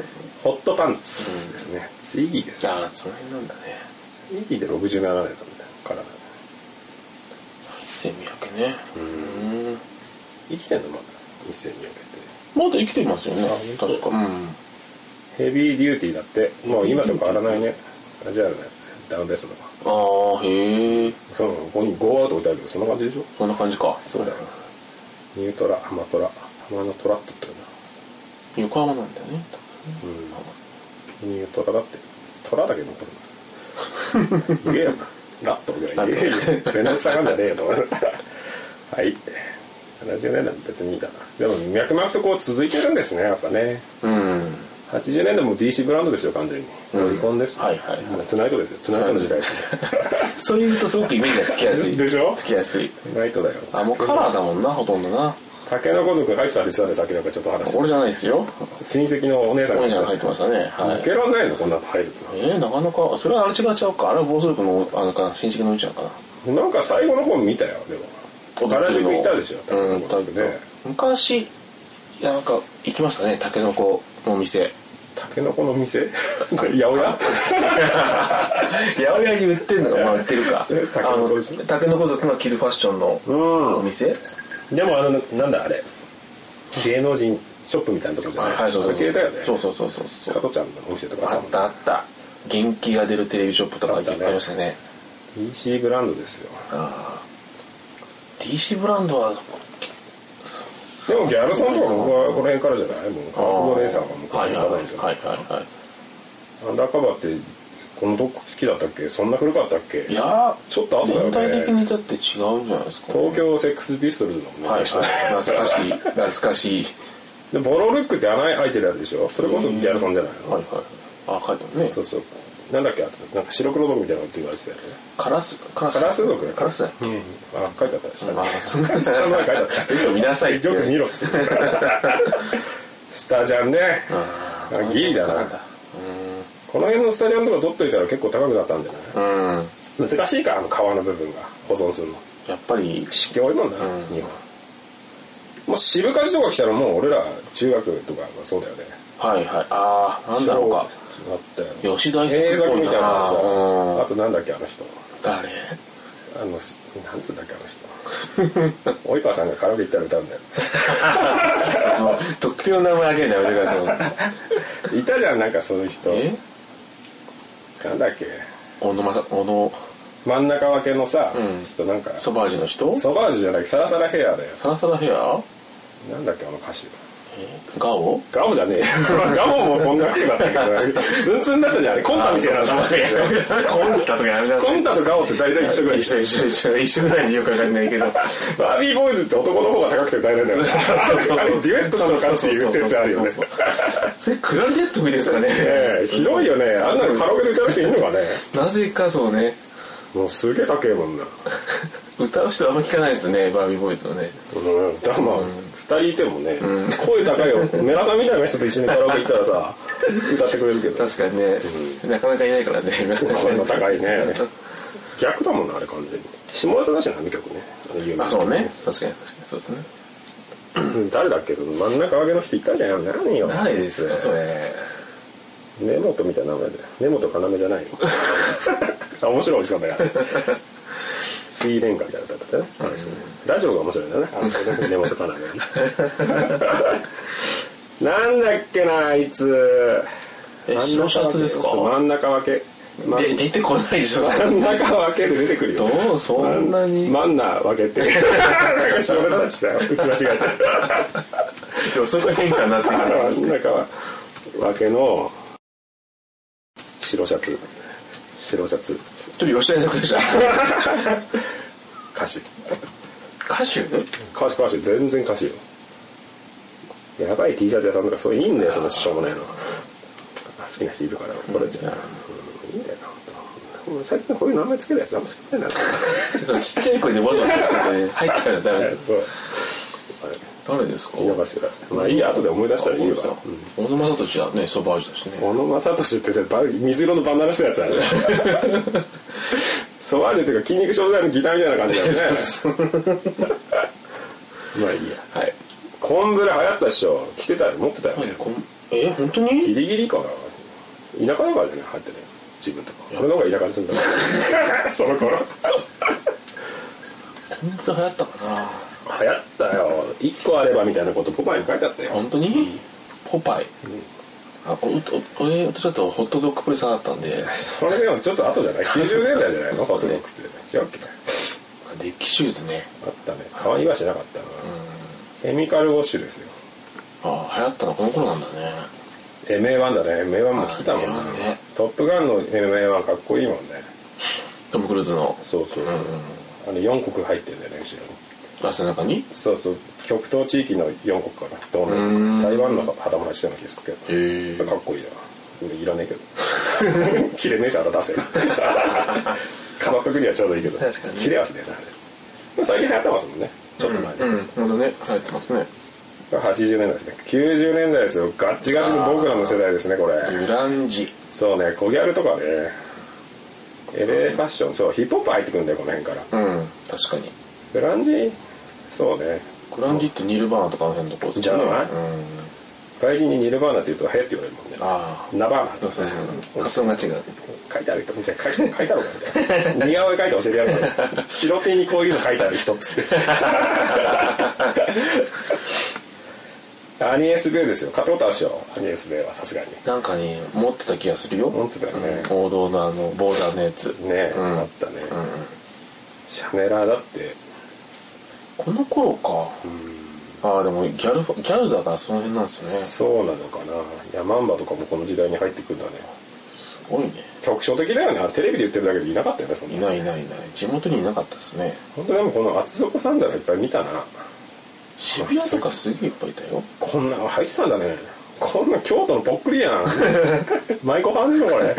Speaker 2: そう
Speaker 3: ホットパンツですねツイギーです
Speaker 2: そう
Speaker 3: ね
Speaker 2: ああその辺なんだね
Speaker 3: ツイギーで67年だもんねから
Speaker 2: 千二百ねうん
Speaker 3: 生きてんのまだ一世に受けて
Speaker 2: まだ生きてますよね
Speaker 3: 本当
Speaker 2: 確かうん
Speaker 3: ヘビーデューティーだってもう今と変わらないねあれじゃあねダウンベーストとか
Speaker 2: ああへえ
Speaker 3: そうここにゴーアウト置いてあるけどそんな感じでしょ
Speaker 2: そんな感じか
Speaker 3: そうだよニュートラハマトラハマのトラって言った
Speaker 2: 横浜なんだよね
Speaker 3: よなうんニュートラだってトラだけ残すの言えよなラットぐらい言えよ連絡下がんじゃねえよと思うはい70年代も別にいいかなでも脈々とこう続いてるんですねやっぱね
Speaker 2: うん
Speaker 3: 80年代も DC ブランドですよ完全に
Speaker 2: ん
Speaker 3: オリコンです、
Speaker 2: はいはいはい
Speaker 3: もうトゥナイトですよトゥナイトの時代ですね
Speaker 2: そういうとすごくイメージがつきやすい
Speaker 3: でしょ
Speaker 2: つきやすい
Speaker 3: トゥナイトだよ
Speaker 2: あもうカラーだもんなほとんどな
Speaker 3: タケノコ族が入ってたって言ってたんでさっきなんかちょっと話して
Speaker 2: 俺じゃないですよ
Speaker 3: 親戚のお姉さん
Speaker 2: オ
Speaker 3: が
Speaker 2: レンジが入
Speaker 3: 入っ
Speaker 2: っててましたね
Speaker 3: た
Speaker 2: は
Speaker 3: 抜
Speaker 2: い
Speaker 3: けらんないのこんなの入ると
Speaker 2: えー、なかなかそれはあれ違っちゃうかあれは暴走族のあのか親戚のうちなのかな
Speaker 3: なんか最後の方見たよでも原宿いたでしょ
Speaker 2: うん
Speaker 3: 多分ね
Speaker 2: 昔なんか行きましたねタケノコのお店
Speaker 3: タケノコの 店八百屋
Speaker 2: 八百屋に売ってんのかまあ売ってるか
Speaker 3: え タケノコでしょ
Speaker 2: あのタケノコ族の着るファッションのお
Speaker 3: う
Speaker 2: 店
Speaker 3: んでもあのなんだあれ芸能人ショップみたいなとこじゃ
Speaker 2: は
Speaker 3: ない
Speaker 2: いはいそうそう
Speaker 3: あれ消えたよね
Speaker 2: そうそうそうそうそう
Speaker 3: 加トちゃんのお店とか
Speaker 2: あったあった元気が出るテレビショップとかいっぱいありましたね
Speaker 3: EC ブランドですよ
Speaker 2: あー DC ブランドは
Speaker 3: でもギャルソンとか僕はこの辺からじゃないもう川久保レーサーが向こ
Speaker 2: は
Speaker 3: う
Speaker 2: い
Speaker 3: に
Speaker 2: はい
Speaker 3: 行
Speaker 2: は
Speaker 3: かないいじゃ
Speaker 2: はい
Speaker 3: ん
Speaker 2: はいは
Speaker 3: アンダーカバーってこのどこ好きだったっけそんな古かったっけ
Speaker 2: いいや
Speaker 3: ちょっと後だよね
Speaker 2: ー全体的にだって違うんじゃないですか
Speaker 3: 東京セックスピストルズだもんね、
Speaker 2: はいはい懐かしい懐かしい
Speaker 3: でボロルックって穴開いてるやつでしょそれこそギャルソンじゃないの、
Speaker 2: はいはいあ書いてあるね
Speaker 3: そうそうなんだっけあとなんか白黒族みたいなこと言われてたよね
Speaker 2: カラスカラ
Speaker 3: カラス族
Speaker 2: カラスだ
Speaker 3: うんあ書いてあった下に、
Speaker 2: あー
Speaker 3: 下の 前書いてあった
Speaker 2: よく見なさいって
Speaker 3: よく 見ろっつってスタジャンね
Speaker 2: あ
Speaker 3: あギリだなこの辺のスタジャンとか取っといたら結構高くなったんじゃない
Speaker 2: うんうん
Speaker 3: 難しいかあの皮の部分が保存するの
Speaker 2: やっぱり
Speaker 3: 湿気多いもんな、
Speaker 2: うん
Speaker 3: 日本もう渋かじとか来たらもう俺ら中学とかはそうだよね
Speaker 2: はいはいああなんだろうか
Speaker 3: あったよ
Speaker 2: 吉田
Speaker 3: 映
Speaker 2: 作っぽ
Speaker 3: 像みたいな
Speaker 2: な
Speaker 3: さ
Speaker 2: うん
Speaker 3: あとなんだっけあの人
Speaker 2: 誰
Speaker 3: あのなんつうんだっけあの人 及川さんがカラオケ行ったら歌うんだよ
Speaker 2: 特定の名前だけでやめてください
Speaker 3: いたじゃんなんか そういう人
Speaker 2: え
Speaker 3: なんだっけ
Speaker 2: 小野正小野
Speaker 3: 真ん中分けのさ、
Speaker 2: うん
Speaker 3: 人なんか
Speaker 2: ソバージュの人
Speaker 3: ソバージュじゃなくてサラサラヘアだよ
Speaker 2: サラサラヘア
Speaker 3: なんだっけあの歌手
Speaker 2: え
Speaker 4: ガオ
Speaker 3: ガモじ ゃねえよガモもこんなわけだったけどツンツンだったじゃんあれコンタみたいな話だったよ
Speaker 2: コンタとかやめなさ
Speaker 3: コ
Speaker 2: い
Speaker 3: ンタとガモって大体一緒ぐらい
Speaker 2: 一緒一緒一緒一緒ぐらいによくわかんない けど
Speaker 3: バービーボーイズって男の方が高くて大変だよねあれデュエットしたのかっていう説あるよね
Speaker 2: そうそうそうそうそれクラリネットもいいですかね
Speaker 3: ええひどいよねあんなのカラオケで歌う人いるのかね
Speaker 2: なぜかそうね
Speaker 3: もうすげえ高えもんな、
Speaker 2: 歌う人あんま聞かないですねバービーボーイズはね
Speaker 3: うん、だからまあ、二人いてもね、声高いよメラさんみたいな人と一緒にカラオケ行ったらさ歌ってくれるけど
Speaker 2: 確かにね、なかなかいないからね
Speaker 3: 声の高いね逆だもんなあれ完全に下ネタだしなあの曲ねあの有名な
Speaker 2: あそうね確かに確かにそうですね
Speaker 3: うん誰だっけその真ん中上げの人いたじゃん何よ
Speaker 2: 誰ですかそれ
Speaker 3: 根本みたいな名前で根本要じゃないの 面白いおじさんだから水蓮華みたいな歌だったね、あの人ねラジオが面白いんだねあの人ね根本要がね なんだっけなあいつ
Speaker 2: え白シャツですか
Speaker 3: 真ん中分け真ん
Speaker 2: で出てこないでしょ
Speaker 3: 真ん中分けで出てくるよ
Speaker 2: どうそんなに
Speaker 3: 真ん中分けっ てなんか調べたらちだよ間違えた
Speaker 2: でもそこが変化になってき
Speaker 3: あ
Speaker 2: た
Speaker 3: のなんかわけの白シャツ白シャツ
Speaker 2: ちょっと吉田拓でした
Speaker 3: 歌手
Speaker 2: 歌 手
Speaker 3: 歌手歌手全然歌手よやばい T シャツ屋さんとかそういいんだよそのしょうもないの好きな人いるからこれじゃ、うん、いいんだよな本当もう最近こういう名前つけたやつあんま好きないな
Speaker 2: ちっちゃい声でわざわざ言ってて入ってから誰です
Speaker 3: そう
Speaker 2: 誰ですか
Speaker 3: 聞き逃してくださいまあいいや後で思い出したらいいわ
Speaker 2: 小野正俊はねソバージュだしね
Speaker 3: 小野正俊ってバ水色のバンダナしたやつ あるソワージュっていうか筋肉症剤のギターみたいな感じだよねまあいいや
Speaker 2: はい
Speaker 3: コンブラ流行ったっしょ着てたよ持ってたよね、
Speaker 2: こんえ本当に
Speaker 3: ギリギリかな田舎だからじゃない入ってね自分とか俺の方が田舎に住んだから その頃
Speaker 2: 本当流行ったかな
Speaker 3: 流行ったよ1個あればみたいなことポパイに書いてあったよ
Speaker 2: 本当にポパイあおお俺ちょっとホットドッグプレス派だったんで
Speaker 3: それでもちょっと後じゃない90年代じゃないの
Speaker 2: そ
Speaker 3: ホ
Speaker 2: う
Speaker 3: ッ
Speaker 2: そう
Speaker 3: トドッグって違うっけ
Speaker 2: デッキシューズね
Speaker 3: あったね可愛いはしなかったなケミカルウォッシュですよ
Speaker 2: あ流行ったのはこの頃なんだね
Speaker 3: MA1 だね MA1 も来たもんな、
Speaker 2: あ MA1 ね
Speaker 3: トップガンの MA1 かっこいいもんね
Speaker 2: トム・クルーズの
Speaker 3: そうそうそう、あの4国入ってんだよね後ろに
Speaker 2: ラスの中に
Speaker 3: そうそう極東地域の4国かな東南台湾の旗もしてるんですけど
Speaker 2: へ
Speaker 3: かっこいいな俺いらねえけど 切れねえし腹出せ飾っとくにはちょうどいいけど
Speaker 2: 確かに
Speaker 3: 切れはしねえなあれまあ最近流行ってますもんねちょっと前に、
Speaker 2: うんほんとね流行ってますね
Speaker 3: 80年代ですね90年代ですよガッチガチの僕らの世代ですねこれ
Speaker 2: ユランジ
Speaker 3: そうね小ギャルとかねエレファッションそうヒップホップ入ってくんだよこの辺から
Speaker 2: うん確かに
Speaker 3: グランジそうね
Speaker 2: グランジってニルバーナとかあの辺のとこですよね
Speaker 3: じゃない
Speaker 2: うん
Speaker 3: 外人にニルバーナって言うと「へ」って言われるもんね
Speaker 2: あ
Speaker 3: ナバーナ
Speaker 2: あそうそうそう発音が違う
Speaker 3: 書いてある人みたいな書いて書いてあるのかみたいな似顔絵描いて教えてやるから白手にこういうの書いてある人っつってア ニエス・ベイですよ買ったことあるでしょアニエス・ベイはさすがに
Speaker 2: なんかね持ってた気がするよ
Speaker 3: 持ってたよね
Speaker 2: 王道のあのボーダーのやつ
Speaker 3: ねえ、
Speaker 2: うん
Speaker 3: あったね、シャネラーだって
Speaker 2: この頃かああでもギャルギャルだからその辺なんですよね
Speaker 3: そうなのかなヤマンバとかもこの時代に入ってくるんだね
Speaker 2: すごいね
Speaker 3: 局所的だよねあれテレビで言ってるだけでいなかったよねそん
Speaker 2: い
Speaker 3: な
Speaker 2: ないいないいない地元にいなかったですね
Speaker 3: 本当でもこの厚底サンダルいっぱい見たな
Speaker 2: 渋谷とかすげえいっぱいいたよ
Speaker 3: こんなの入ってたんだねこんな京都のぽっくりや ん舞妓さんでしょこれ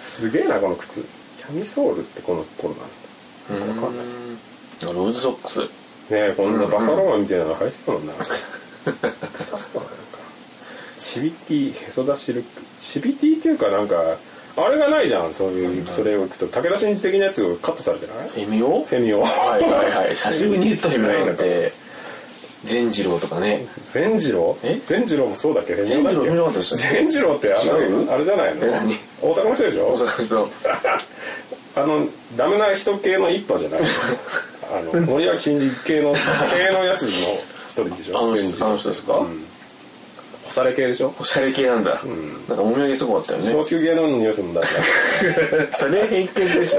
Speaker 3: すげえなこの靴キャミソールってこの頃なんだ
Speaker 2: うん
Speaker 3: わかんないね
Speaker 2: ローズソックス
Speaker 3: えこんなバカロマンみたいなの入ってたもんな臭そうななんかチビティへそ出しルックチビティっていうかなんかあれがないじゃんそういうそれをいくと武田真治的なやつをカットされてない
Speaker 2: エミオ
Speaker 3: フェミを
Speaker 2: はいはいはい久しぶりに言ったエミオなんて善次郎とかね
Speaker 3: 善次郎
Speaker 2: え
Speaker 3: 善次郎もそうだっけ善
Speaker 2: 善次郎見なかったでしたね
Speaker 3: 善次郎ってあ
Speaker 2: 違う
Speaker 3: のあれじゃないの
Speaker 2: え何
Speaker 3: 大阪の人でしょ
Speaker 2: 大阪の人
Speaker 3: あのダメな人系の一派じ ゃないあの森脇真治系の系のやつの一人でし
Speaker 2: あ
Speaker 3: ょ
Speaker 2: の
Speaker 3: 全治
Speaker 2: 人あの人ですか、
Speaker 3: うん干され系でしょ
Speaker 2: おしゃれ系なんだ、なんかもみあげすごかったよね
Speaker 3: 松竹芸能のニュースも だから
Speaker 2: それ偏見でし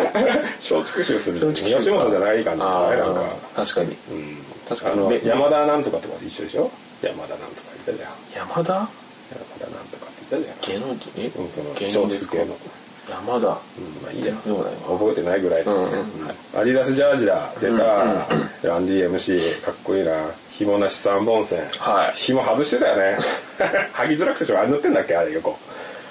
Speaker 2: ょ
Speaker 3: 松竹集する
Speaker 2: 松竹集
Speaker 3: 吉本じゃない感じじゃ
Speaker 2: あ
Speaker 3: ないなんか
Speaker 2: あ確かに、確か
Speaker 3: あ
Speaker 2: に
Speaker 3: の
Speaker 2: め
Speaker 3: 山田なんとかとかで一緒でしょ山田なんとか言ったじゃん
Speaker 2: 山田
Speaker 3: 山田なんとかって言ったじ
Speaker 2: 芸能人え
Speaker 3: ゃん、うん、その
Speaker 2: 芸能
Speaker 3: 松
Speaker 2: ですか
Speaker 3: 竹系の、
Speaker 2: 山田
Speaker 3: うん、まあいいや
Speaker 2: そうだよ
Speaker 3: 覚えてないぐらいなんですね、
Speaker 2: うん
Speaker 3: はいアディダスジャージだ出た、ランディ MC かっこいいな紐なし三本線
Speaker 2: はい
Speaker 3: 紐外してた よね履きづらくてしょあれ塗ってんだっけあれ横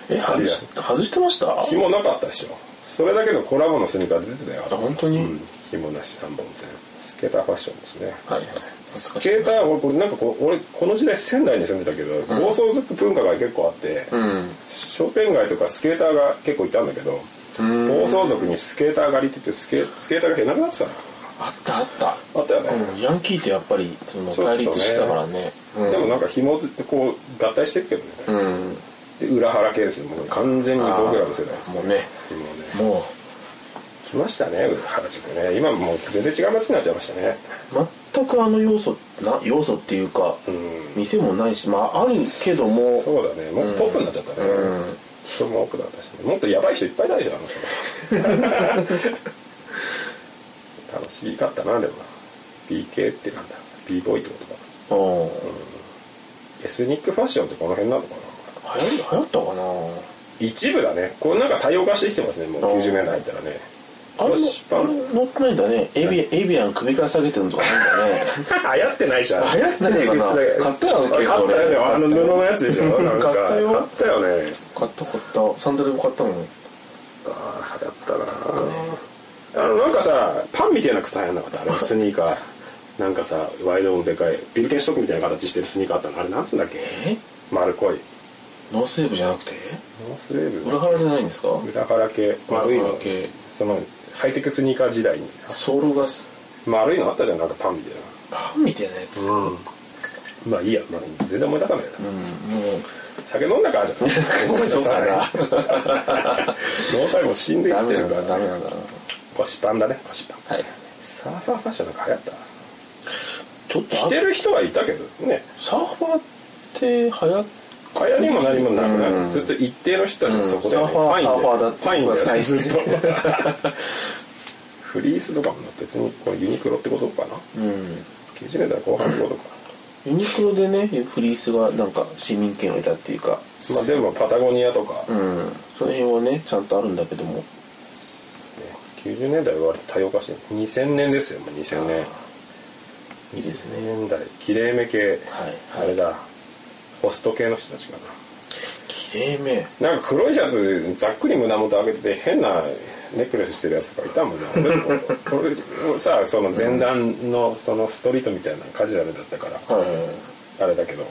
Speaker 2: え外し外してましたあ
Speaker 3: 紐なかったでしょそれだけのコラボのスニーカー出てたよ
Speaker 2: 本当に、
Speaker 3: うん紐なし三本線スケーターファッションですね
Speaker 2: はいはい
Speaker 3: スケーター俺これなんかこう俺この時代仙台に住んでたけど、暴走族文化が結構あって、
Speaker 2: うん
Speaker 3: 商店街とかスケーターが結構いたんだけど
Speaker 2: うん
Speaker 3: 暴走族にスケーター狩りって言ってスケスケーターがいなくなってたの
Speaker 2: あったあった
Speaker 3: あったよね、
Speaker 2: うんヤンキーってやっぱりその
Speaker 3: そうだ
Speaker 2: 対
Speaker 3: ね
Speaker 2: 立してたからねうん
Speaker 3: でもなんか紐ずってこう合体してるけどね、
Speaker 2: うん
Speaker 3: で裏腹系ですよもう完全に僕らの世代です
Speaker 2: もうね
Speaker 3: もうね
Speaker 2: も
Speaker 3: 来ましたね原宿ね今もう全然違う街になっちゃいましたね
Speaker 2: う全くあの要素な要素っていうか、
Speaker 3: うん
Speaker 2: 店もないしまああるけども
Speaker 3: そうだねもうポップになっちゃったね、
Speaker 2: うん
Speaker 3: 人も多くなったし、もっとやばい人いっぱいいたでしょあの人 楽しかったなでもな BK ってなんだ b ボーイってことか
Speaker 2: うん
Speaker 3: エスニックファッションってこの辺なのかな
Speaker 2: 流行り流行ったかな
Speaker 3: 一部だねこれなんか多様化してきてますねもう90年代入ったらね
Speaker 2: あれも
Speaker 3: フラッシュパ
Speaker 2: あ
Speaker 3: ン
Speaker 2: れ乗ってないんだねエビエビアン首から下げてるのとかないんだね
Speaker 3: 流行ってないじゃん
Speaker 2: 流行ってないかな買ったよ
Speaker 3: 買
Speaker 2: 結
Speaker 3: っ
Speaker 2: 構俺
Speaker 3: たよねあの布のやつでしょなんか
Speaker 2: 買ったよ
Speaker 3: 買ったよね
Speaker 2: 買った買ったサンダルも買ったもん
Speaker 3: ああ流行ったなあのなんかさパンみたいな靴流行んなか ったあれスニーカーなんかさワイドのでかいビルケンストックみたいな形してるスニーカーあったのあれなんつうんだっけ
Speaker 2: え
Speaker 3: 丸っこい
Speaker 2: ノースウェーブじゃなくて
Speaker 3: ノースウェーブ
Speaker 2: 裏腹じゃないんですか
Speaker 3: 裏腹系丸い
Speaker 2: 裏
Speaker 3: の
Speaker 2: 腹系
Speaker 3: そのハイテクスニーカー時代に
Speaker 2: ソールが
Speaker 3: 丸いのあったじゃんなんかパンみたい
Speaker 2: パンみたいなやつ、
Speaker 3: なまあいいや、まあ、全然思い出さないな
Speaker 2: もう
Speaker 3: 酒飲んだからじゃ ないごめんな
Speaker 2: そう
Speaker 3: さ
Speaker 2: か
Speaker 3: い
Speaker 2: な
Speaker 3: 脳細胞死んでき
Speaker 2: ダ
Speaker 3: て
Speaker 2: メ
Speaker 3: る
Speaker 2: なん
Speaker 3: か
Speaker 2: だ
Speaker 3: ら
Speaker 2: ダメなんだな
Speaker 3: 腰パンだね腰パン
Speaker 2: はい
Speaker 3: サーファーファッションなんか流行った
Speaker 2: ちょっと
Speaker 3: 着てる人はいたけどね
Speaker 2: サーファーって流行っ
Speaker 3: 流行りも何もなくな
Speaker 2: う
Speaker 3: る
Speaker 2: ん
Speaker 3: ずっと一定の人たちがそこで、
Speaker 2: うんサーファー
Speaker 3: ファインで
Speaker 2: サーファーだって
Speaker 3: ファインだよ
Speaker 2: はい
Speaker 3: ずっと フリースとかも別にこれユニクロってことかな
Speaker 2: うん
Speaker 3: 90年代後半ってことか
Speaker 2: ユニクロでねフリースがなんか市民権を得たっていうか
Speaker 3: まあでもパタゴニアとか、
Speaker 2: う
Speaker 3: ね
Speaker 2: んその辺はねちゃんとあるんだけども
Speaker 3: 90年代は割と多様化してる2000年ですよもう2000年
Speaker 2: いいですね
Speaker 3: 2000年代きれいめ系
Speaker 2: はい
Speaker 3: あれだホスト系の人たちか
Speaker 2: きれいめ
Speaker 3: ななんか黒いシャツざっくり胸元上げてて変なネックレスしてるやつとかいたもんね俺俺さその前段のそのストリートみたいなカジュアルだったから
Speaker 2: はい
Speaker 3: あれだけど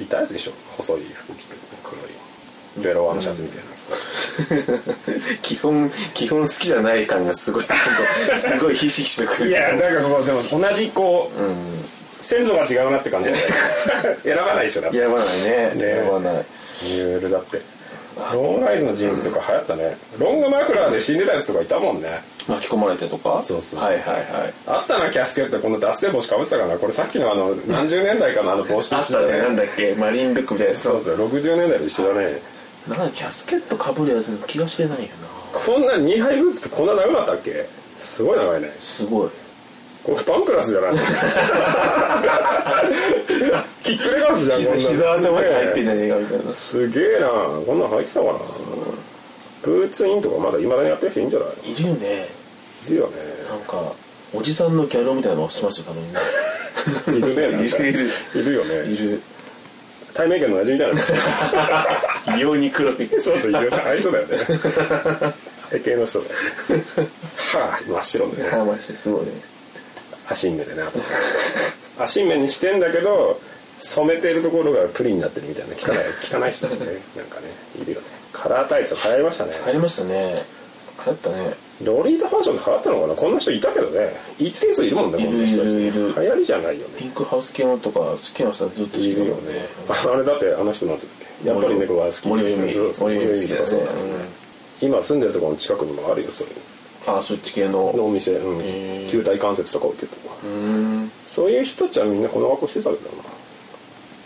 Speaker 3: いたでしょ細い服着て黒いベロワのシャツみたいな
Speaker 2: 基本基本好きじゃない感がすごいすごいひしひしとく
Speaker 3: いやなんかこうでも同じこう、
Speaker 2: うん
Speaker 3: 先祖が違うなって感じじゃない選ばないでしょだって
Speaker 2: やばないね
Speaker 3: ね
Speaker 2: やばない
Speaker 3: ニュールだってロンライズのジーンズとか流行ったねロングマフラーで死んでたやつとかいたもんね
Speaker 2: 巻き込まれてとか
Speaker 3: そうそうそう
Speaker 2: はいはいはい
Speaker 3: あったなキャスケットこの脱線帽子かぶってたからなこれさっきのあの何十年代かのあの帽子と
Speaker 2: あっ
Speaker 3: 一緒
Speaker 2: たね
Speaker 3: だ
Speaker 2: なん
Speaker 3: ね
Speaker 2: だっけマリンルックみたいなやつ
Speaker 3: そうそう60年代と一緒だね
Speaker 2: なんかキャスケットかぶるやつの気がしてないよな
Speaker 3: こんな2杯ブーツってこんな長かったっけすごい長いね
Speaker 2: すごい
Speaker 3: これパンクラス じゃないキックレガースじゃん
Speaker 2: 膝
Speaker 3: こんな
Speaker 2: 膝頭に入ってんじゃねえかみたいな
Speaker 3: すげえなこんなん履いてたかなブーツインとかまだいまだにやってる人いるんじゃない
Speaker 2: いるよね
Speaker 3: いるよね
Speaker 2: なんかおじさんのギャルみたいなのをしましたよ
Speaker 3: いるねな ん
Speaker 2: い
Speaker 3: か
Speaker 2: るいる
Speaker 3: いるよね
Speaker 2: いる
Speaker 3: 対面圏の味みたいな
Speaker 2: 異様に黒い
Speaker 3: そうそういろいろ相性だよね体型の人だよねはあ真っ白でね
Speaker 2: あマジですごいね
Speaker 3: 足ん目でねあと足ん目にしてんだけど染めてるところがプリンになってるみたいな汚い汚い人たちねなんかねいるよねカラータイツ流行りましたね
Speaker 2: 入りましたね流行ったね
Speaker 3: ロリータファッションで流行ったのかなこんな人いたけどね一定数いるもんねこんな人たち
Speaker 2: いるいるい
Speaker 3: 流
Speaker 2: る
Speaker 3: 行りじゃないよね
Speaker 2: ピンクハウス系のとか好きな人はずっと好
Speaker 3: い
Speaker 2: きだ
Speaker 3: る
Speaker 2: も
Speaker 3: よ
Speaker 2: ん
Speaker 3: ね
Speaker 2: ね
Speaker 3: あれだってあの人なんつうっけやっぱり猫が好き
Speaker 2: 森尾由美
Speaker 3: そうそう
Speaker 2: 森尾由美好きだ
Speaker 3: 森尾由美とかそう
Speaker 2: ね
Speaker 3: だね今住んでるところの近くにもあるよそういう
Speaker 2: あそっち系
Speaker 3: の
Speaker 2: の
Speaker 3: お店、うん、
Speaker 2: へー
Speaker 3: 球体関節とか置いてるとか、
Speaker 2: うん
Speaker 3: そういう人たちはみんなこの格好してたけどな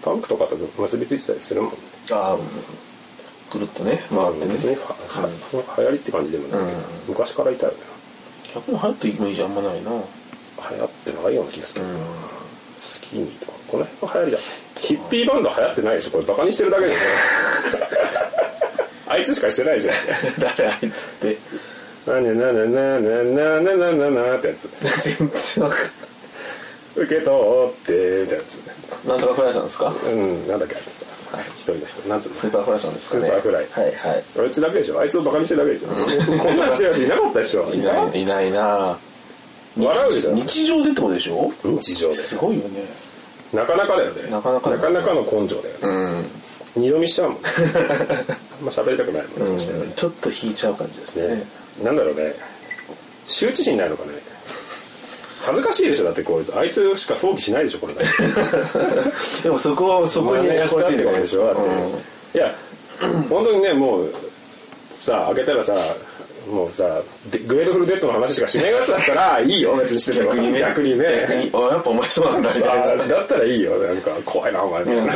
Speaker 3: パンクとかと結びついてたりするもんね
Speaker 2: あぐるっとね
Speaker 3: まあ
Speaker 2: 回って
Speaker 3: 別に
Speaker 2: ね
Speaker 3: は、は流行りって感じでもないけど、昔からいたよね
Speaker 2: 逆に入ってもいいじゃんあ んまないな
Speaker 3: 流行ってないような気がするけどな、スキニーとかこの辺が流行りだねヒッピーバンド流行ってないでしょこれバカにしてるだけでねあいつしかしてないじゃん
Speaker 2: 誰あいつって
Speaker 3: なになになになになになになってやつ
Speaker 2: 全然わかん
Speaker 3: 受け取ってみたいなやつ
Speaker 2: ないなんとかフライさんですか
Speaker 3: うんなんだっけあいつさ一人の人なんつうの
Speaker 2: スーパーフライさんですかね
Speaker 3: スーパーフライ
Speaker 2: はいは
Speaker 3: あいつだけでしょあいつをバカにしてるだけでしょこんなんしてるやついなかったでしょ
Speaker 2: いいないいないな
Speaker 3: 笑うじゃん
Speaker 2: 日常でってことでしょ
Speaker 3: 日常です
Speaker 2: ごいよね
Speaker 3: なかなかだよね
Speaker 2: なかなかだよね
Speaker 3: なの根性だよね
Speaker 2: うん
Speaker 3: 二度見しちゃ うもんねあんま喋りたくないもんねそしてね
Speaker 2: ちょっと引いちゃう感じですね
Speaker 3: ねなんだろうね羞恥心ないのかね恥ずかしいでしょだってこいつあいつしか想起しないでしょこれだけ
Speaker 2: でもそこをそこに
Speaker 3: 真似したって
Speaker 2: る
Speaker 3: ことでしょだって、いや本当にねもうさ開けたらさもうさでグレードフルデッドの話しかしないやつだったら いいよ別にしてても逆にね
Speaker 2: あやっぱお前そうなんだみた
Speaker 3: あ
Speaker 2: いな
Speaker 3: だったらいいよなんか怖いなお前みたいな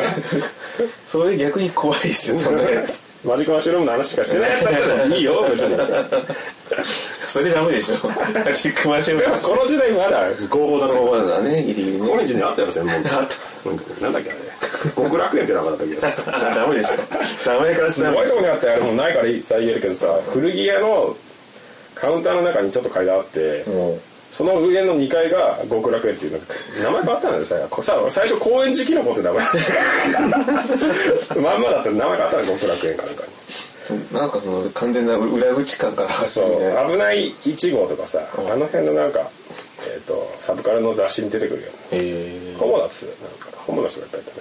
Speaker 2: それ逆に怖いですよそんなやつ
Speaker 3: マジックマッシュルームの話しかしてないやつだったらいいよ別に
Speaker 2: それダメで しょマジックマシュル
Speaker 3: でもこの時代ま だ合法だろ
Speaker 2: そうだねギリギリね
Speaker 3: 高円寺にあったよ専門家なんだっけあれ極楽園ってなかったっけ
Speaker 2: あダメでしょ名前からし
Speaker 3: す
Speaker 2: ない
Speaker 3: ごいとこにあってあれもうないからさ言えるけどさ古着屋のカウンターの中にちょっと階段あって、
Speaker 2: も
Speaker 3: その上の2階が極楽園っていうなんか名前変わったんだよさこさ最初高円寺キノコって名前まんまだったら名前変わったの極楽園かなんかに
Speaker 2: うなんすかその完全な裏口感から発
Speaker 3: そ
Speaker 2: するみたいな
Speaker 3: う危ない1号とかさあの辺のなんか、えー、とサブカルの雑誌に出てくるよね
Speaker 2: え
Speaker 3: ホモだっつうよなんかホモの人がいっぱいいたね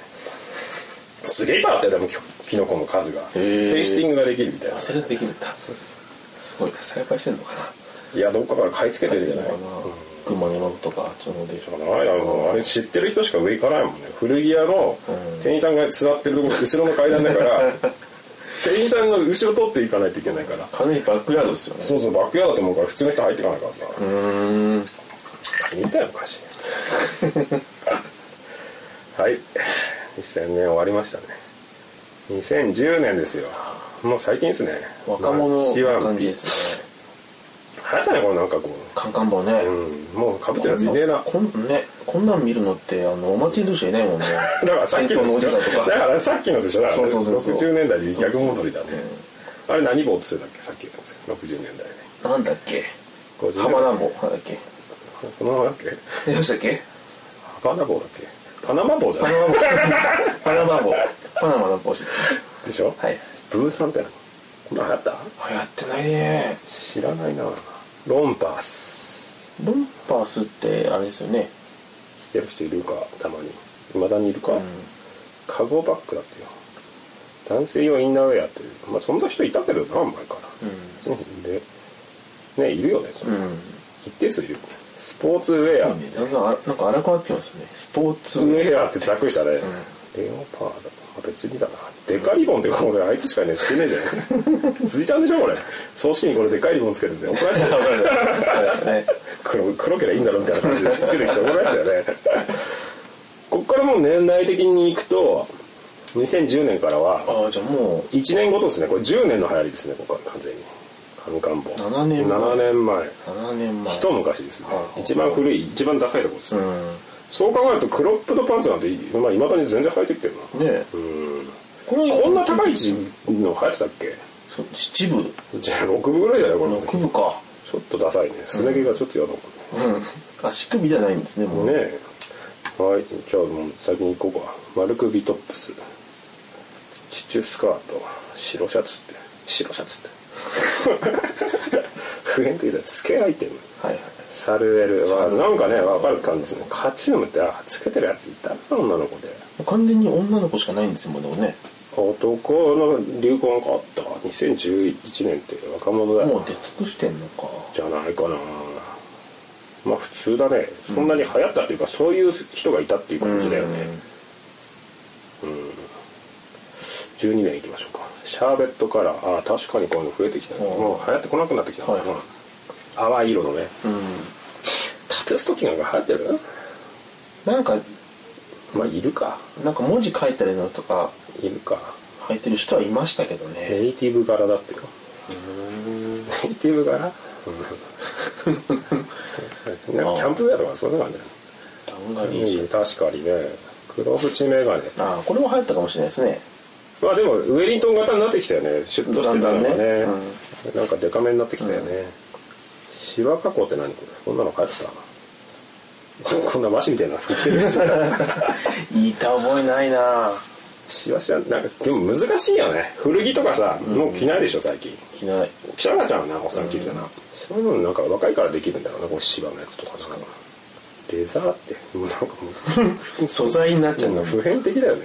Speaker 3: すげえいっぱいあったよでもきょキノコの数が
Speaker 2: へえ
Speaker 3: テイスティングができるみたいな
Speaker 2: ーそれできるんだすごいな栽培してんのかない
Speaker 3: やどっかから買い付けてるんじゃな
Speaker 2: か
Speaker 3: い
Speaker 2: な群馬の山とかあっちの方でしょ
Speaker 3: あれあれ知ってる人しか上行かないもんね古着屋の店員さんが座ってるところ後ろの階段だから 店員さんの後ろ通っていかないといけないから
Speaker 2: かなりバックヤードですよね
Speaker 3: そうそうバックヤードと思うから普通の人入っていかないからさ
Speaker 2: うーん
Speaker 3: 見たよ昔 はい2000年終わりましたね2010年ですよもう最近ですね
Speaker 2: 若者の感じ
Speaker 3: 流
Speaker 2: ですね
Speaker 3: 行ったねこれなんかこ
Speaker 2: カンカン棒ね、
Speaker 3: う、うん、もうかぶってるやついねえな
Speaker 2: こんねこんなん見るのってあのお祭りの人しかいないもんね
Speaker 3: だからさっき
Speaker 2: 銭
Speaker 3: の
Speaker 2: 湯のお
Speaker 3: で
Speaker 2: じ
Speaker 3: しょ
Speaker 2: さんと
Speaker 3: だ
Speaker 2: か
Speaker 3: からさっきのでしょだから
Speaker 2: そうそうそうそう
Speaker 3: 60年代で逆戻りだねあれ何棒っつってたっけさっきのやつ60年代ね
Speaker 2: なんだっけ
Speaker 3: 50年代
Speaker 2: 浜田棒なんだっけ
Speaker 3: そのままだっけ
Speaker 2: 何でしたっけ
Speaker 3: パナ棒だっけパナマ棒じゃ
Speaker 2: パ
Speaker 3: ない
Speaker 2: ナマ棒パナマ棒パナマの帽子ですね
Speaker 3: でしょ、
Speaker 2: はい
Speaker 3: ブーさんってなこんなん流行った
Speaker 2: 流行ってないね
Speaker 3: 知らないなロンパース
Speaker 2: ロンパースってあれですよね
Speaker 3: 知ってる人いるかたまにいまだにいるか、カゴバッグだってよ男性用インナーウェアっていうまあそんな人いたけどな前から、うん、でねいるよね、
Speaker 2: うん
Speaker 3: 一定数いるよねスポーツウェア、
Speaker 2: だんだんあなんか荒くなってきますよねスポーツ
Speaker 3: ウ ェアってざっくりしたね、レオパードあ別にだなデカリボンってこれあいつしかねしてねえじゃん辻ちゃんでしょこれ葬式にこれデカいリボンつけてて怒られてる
Speaker 2: ね
Speaker 3: 黒黒けりゃいいんだろうみたいな感じでつけてきてもらえたよねこっからもう年代的にいくと2010年からは
Speaker 2: ああじゃあもう
Speaker 3: 1年ごとですねこれ10年の流行りですねここは完全にカムカンボ
Speaker 2: 7年前
Speaker 3: 7年前
Speaker 2: 7年前
Speaker 3: 一昔ですね
Speaker 2: はいはい
Speaker 3: 一番古い一番ダサいところです、
Speaker 2: う
Speaker 3: ね
Speaker 2: ん
Speaker 3: そう考えるとクロップドパンツなんていまあ、未だに全然履いてるけどな
Speaker 2: ねえこれ
Speaker 3: こんな高い位置の流行ってたっけ
Speaker 2: そう七部
Speaker 3: じゃあ6分ぐらいじゃないこれ
Speaker 2: 六部か
Speaker 3: ちょっとダサいねすね毛がちょっと嫌だもんね、
Speaker 2: うん足首じゃないんですねもう
Speaker 3: ねえはいじゃあもう先に行こうか丸首トップスチュチュスカート白シャツって白シャツって 普遍的だつけアイテム
Speaker 2: はいはい
Speaker 3: サルエルはなんかね分かる感じですねカチュームってあつけてるやついたな女の子で
Speaker 2: もう完全に女の子しかないんですよもうでもね
Speaker 3: 男の流行なんかあった2011年って若者だよ
Speaker 2: もう出尽くしてんのか
Speaker 3: じゃないかなまあ普通だねそんなに流行ったっていうか、そういう人がいたっていう感じだよね12年いきましょうかシャーベットカラーああ確かにこういうの増えてきたね
Speaker 2: うん
Speaker 3: もう流行ってこなくなってきたな、
Speaker 2: はいはい
Speaker 3: 淡い色のね
Speaker 2: うん、
Speaker 3: タトゥーストッキングなんか流行ってる
Speaker 2: なんか
Speaker 3: まあいるか
Speaker 2: なんか文字書いたりのとか
Speaker 3: いるか
Speaker 2: 履いてる人はいましたけどね
Speaker 3: ネイティブ柄だってよネイティブ柄別にねキャンプウェアとかそういうのがね
Speaker 2: ダウンがいい
Speaker 3: いい確かにね黒縁メガネ
Speaker 2: ああこれも流行ったかもしれないですね
Speaker 3: まあでもウェリントン型になってきたよねシュッとしてたのがね
Speaker 2: だんだんね
Speaker 3: なんかデカめになってきたよね、シワ加工って何これこんなの書いてたこんなマシみたいな服着てるやつ
Speaker 2: いた覚えないな
Speaker 3: シワシワなんかでも難しいよね古着とかさ、もう着ないでしょ最近
Speaker 2: 着ない
Speaker 3: 着たくなっちゃうなおっさん着るじゃな、そういうのなんか若いからできるんだろうなこのシワのやつとかなんかレザーってもうなんかもう
Speaker 2: 素材になっちゃう
Speaker 3: も
Speaker 2: の
Speaker 3: う普遍的だよね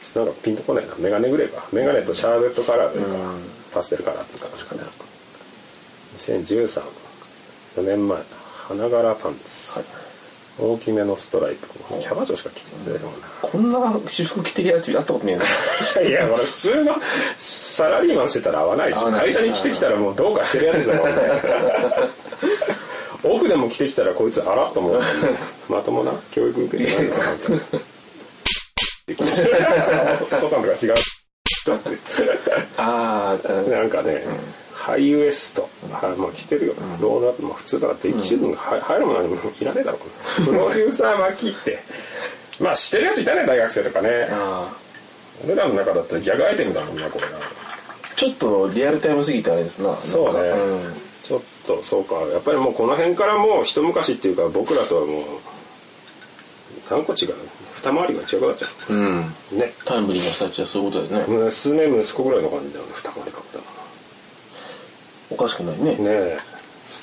Speaker 3: ちょっとなんかピンとこないなメガネグレーかメガネとシャーベットカラーというか、
Speaker 2: うん
Speaker 3: パステルカラーっつうか確かね2013 4年前花柄パンツ、
Speaker 2: はい
Speaker 3: 大きめのストライプキャバ嬢しか着てないもんな
Speaker 2: こんな私服着てるやつあったことねえない
Speaker 3: やこれ普通のサラリーマンしてたら合わないでし
Speaker 2: 合
Speaker 3: ょ
Speaker 2: わない
Speaker 3: 会社に来てきたらもうどうかしてるやつだも んねオフでも来てきたらこいつあらっと思うもんねまともな教育受けてないのかなみたいなお父さんとか違う
Speaker 2: ああうん
Speaker 3: なんかね、ハイウエスト、あまあ着てるよ、ロードアップも普通だからデッキシューズに入入るも何もいらねえだろうな、プロデューサー巻きってまあしてるやついたね大学生とかね
Speaker 2: ああ
Speaker 3: 俺らの中だったらギャグアイテムだもんなこれな
Speaker 2: ちょっとリアルタイムすぎてあれですな
Speaker 3: そうね、
Speaker 2: うん
Speaker 3: ちょっとそうかやっぱりもうこの辺からもう一昔っていうか僕らとはもう何個違う二回りが違くなっちゃ
Speaker 2: うん
Speaker 3: うね
Speaker 2: タイムリーな人たちはそういうことだよね
Speaker 3: 娘息子ぐらいの感じだよね二回りかったな
Speaker 2: おかしくないね
Speaker 3: ねえ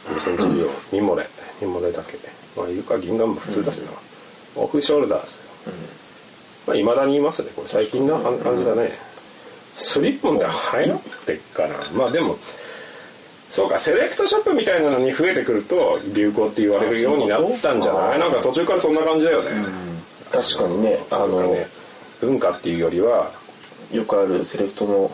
Speaker 3: 2014ミモレミモレだけまあイルカ銀河も普通だしな、オフショルダーズまあいまだにいますねこれ最近な感じだね、スリッポンって入ってっかなまあでもそうかセレクトショップみたいなのに増えてくると流行って言われるようになったんじゃないなんか途中からそんな感じだよね、
Speaker 2: 確かにねあ
Speaker 3: なんか
Speaker 2: の
Speaker 3: ね文化っていうよりは
Speaker 2: よくあるセレクトの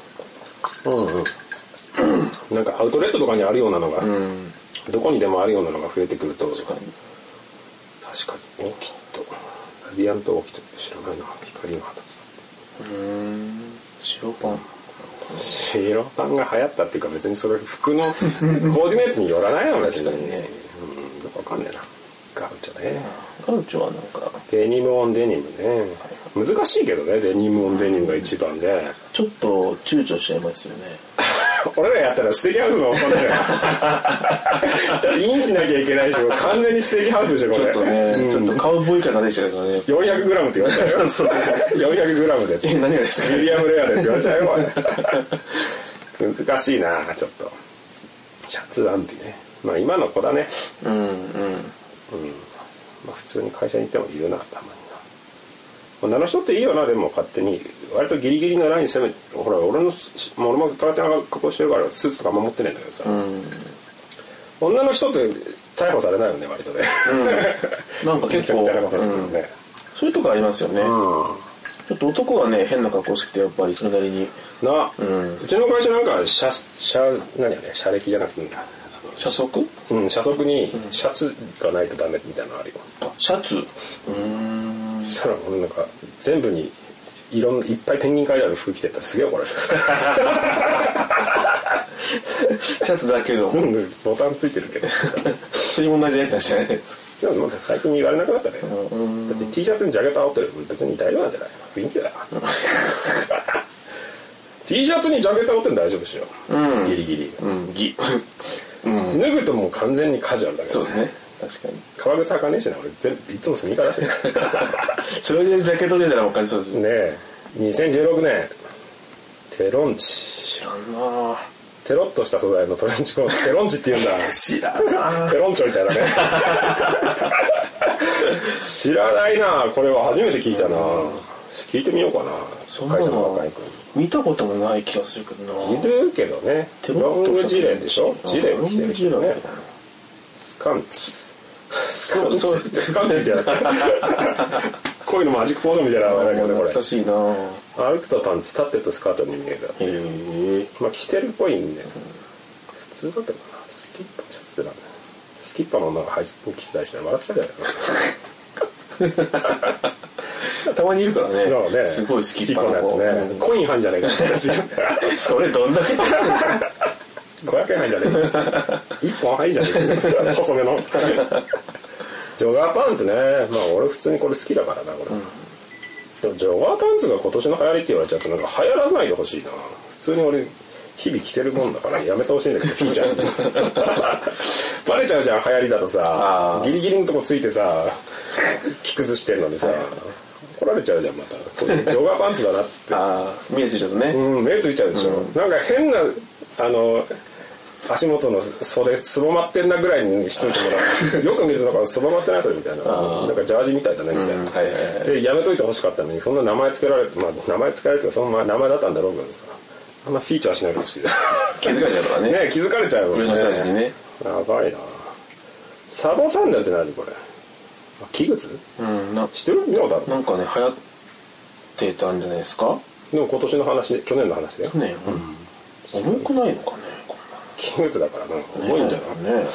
Speaker 3: うんなんかアウトレットとかにあるようなのが、
Speaker 2: うん
Speaker 3: どこにでもあるようなのが増えてくると確
Speaker 2: 確かに
Speaker 3: かにオーキッドラディアントオーキッドって知らないな光の肌
Speaker 2: うん白パン
Speaker 3: 白パンが流行ったっていうか別にそれ 服のコーディネートによらないの別に
Speaker 2: 確かにね
Speaker 3: うんよくわかんねえなガウチャね
Speaker 2: 彼女はなんか
Speaker 3: デニムオンデニムね難しいけどねデニムオンデニムが一番で
Speaker 2: ちょっと躊躇しちゃいますよね
Speaker 3: 俺らやったらステーキハウスのおっさんだよだってインしなきゃいけないしもう完全にステーキハウスでしょこ
Speaker 2: ち
Speaker 3: れ
Speaker 2: ょっとね、
Speaker 3: うん
Speaker 2: ちょっとカウボーイ感が出ちゃうからね
Speaker 3: 400g って言われちゃうよ 400g で
Speaker 2: え何がですか
Speaker 3: ミディアムレアでって言われちゃうよおい 難しいなちょっとシャツアンビねまあ今の子だね、
Speaker 2: うんうん
Speaker 3: まあ、普通に会社に行っても言うなたまにな女の人っていいよなでも勝手に割とギリギリのライン攻めほら俺のしもう俺も空手の格好してるからスーツとか守ってねえんだけどさ、
Speaker 2: うん
Speaker 3: 女の人って逮捕されないよね割とね、
Speaker 2: なんか
Speaker 3: めち
Speaker 2: 結
Speaker 3: ゃ
Speaker 2: 構、う
Speaker 3: くちゃなことしてる
Speaker 2: ん、
Speaker 3: ね、
Speaker 2: そういうとこありますよね、ち
Speaker 3: うん
Speaker 2: ょっと男はね変な格好しててやっぱりそれなりに
Speaker 3: な、う
Speaker 2: うん
Speaker 3: ちの会社なんか社社何やね社歴じゃなくて
Speaker 2: 車速
Speaker 3: うん社則にシャツがないとダメみたいなのあるよ、
Speaker 2: あシャツうーん
Speaker 3: そしたら俺なんか全部にいろんないっぱいペンギン書いてある服着てたすげえ怒られ
Speaker 2: シャツだけど
Speaker 3: たうんボタンついてる けど
Speaker 2: それも同じやつじゃないですか
Speaker 3: でもなんか最近言われなくなったねだって T シャツにジャケット羽織ってる別に大丈夫なんじ ゃない雰囲気だよ T シャツにジャケット羽織ってるの大丈夫でしょ、
Speaker 2: うん
Speaker 3: ギリギリ、
Speaker 2: うんぎ
Speaker 3: 脱ぐともう完全にカジュアルだけ
Speaker 2: そう
Speaker 3: ど
Speaker 2: ですね確かに
Speaker 3: 革靴履かねえしな俺全部いつもスニーカーだしね
Speaker 2: それでジャケット出たら分かりそうです
Speaker 3: ねえ2016年テロンチ
Speaker 2: 知らんな
Speaker 3: テロッとした素材のトレンチコートテロンチって言うんだ
Speaker 2: 知らんな
Speaker 3: テロンチョみたいなね知らないなこれは初めて聞いたな聞いてみようか
Speaker 2: そ
Speaker 3: な
Speaker 2: な
Speaker 3: ん会社の
Speaker 2: の
Speaker 3: 若い子に
Speaker 2: 見たこともない気がするけどない
Speaker 3: るけどね
Speaker 2: テ
Speaker 3: ロ
Speaker 2: ロッ
Speaker 3: ン
Speaker 2: と
Speaker 3: グ
Speaker 2: した
Speaker 3: ジレンでしょ
Speaker 2: あ
Speaker 3: ジレン着てる人
Speaker 2: ロン
Speaker 3: ね
Speaker 2: グジレン
Speaker 3: スカンツスカン
Speaker 2: う
Speaker 3: ツ
Speaker 2: そう
Speaker 3: ってスカンツみたいなこういうのマジックポーズみたいな名前だけどねこれ
Speaker 2: 懐かしいな
Speaker 3: 歩くとパンツ立ってるとスカートに見える
Speaker 2: へえ
Speaker 3: まあ着てるっぽいんで、普通だけどなスキッパーシャツってなんだよスキッパーの女が履いて着てたりしたら笑っちゃうじゃ
Speaker 2: たまにいるからね
Speaker 3: ないのだからね
Speaker 2: すごい好
Speaker 3: ス
Speaker 2: き
Speaker 3: キッパーのやつね、コイン入んじゃねえかってやつ
Speaker 2: それどんだけ
Speaker 3: 500円入んじゃねえか1本入んじゃねえか細めのジョガーパンツねまあ俺普通にこれ好きだからなこれ、でもジョガーパンツが今年の流行りって言われちゃうとなんか流行らないでほしいな普通に俺日々着てるもんだからやめてほしいんだけどフィーチャーしてバレちゃうじゃん流行りだとさ
Speaker 2: あー
Speaker 3: ギリギリのとこついてさ着崩してんのにさ怒られちゃうじゃんまたこれジョガーパンツだなっつって
Speaker 2: ああ見えついちゃうとね、
Speaker 3: うん、目ついちゃうでしょ、なんか変なあの足元の袖つぼまってんなぐらいにしといても らうよく見るとなんかつぼまってないそれみたいななんかジャージみたいだねみたいな、
Speaker 2: はいはいはい
Speaker 3: でやめといてほしかったのにそんな名前つけられてまあ名前つけられてそのまま名前だったんだろうけどさあんまフィーチャーしないでほ しいね
Speaker 2: 気づかれちゃうからね
Speaker 3: 気づかれちゃうもん
Speaker 2: 上の人たちにね
Speaker 3: やばいなサボサンダルって何これあ器具知っ
Speaker 2: うんな
Speaker 3: てるどうだろ
Speaker 2: なんかね流行ってたんじゃないですか
Speaker 3: うでも今年の話で去年の話で
Speaker 2: 去年、重くないのかねこ
Speaker 3: 器具だからなんか
Speaker 2: んな
Speaker 3: 重いんじゃない、
Speaker 2: ね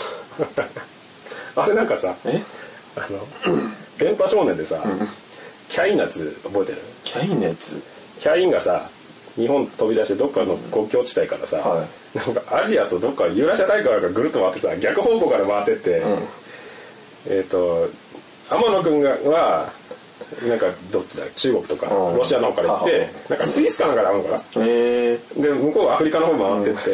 Speaker 3: あれなんかさ
Speaker 2: え
Speaker 3: あの 電波少年でさ、キャインのやつ覚えてる
Speaker 2: キャインのやつ
Speaker 3: キャインがさ日本飛び出してどっかの国境地帯からさ、
Speaker 2: は
Speaker 3: なんかアジアとどっかユーラシア大陸からぐるっと回ってさ逆方向から回ってって、えっ、と天野君がはなんかどっちだ中国とか
Speaker 2: うん
Speaker 3: ロシアの方から行って、
Speaker 2: は
Speaker 3: なんかスイスかなんかで会うのかな
Speaker 2: えー、
Speaker 3: で向こうはアフリカの方回ってって、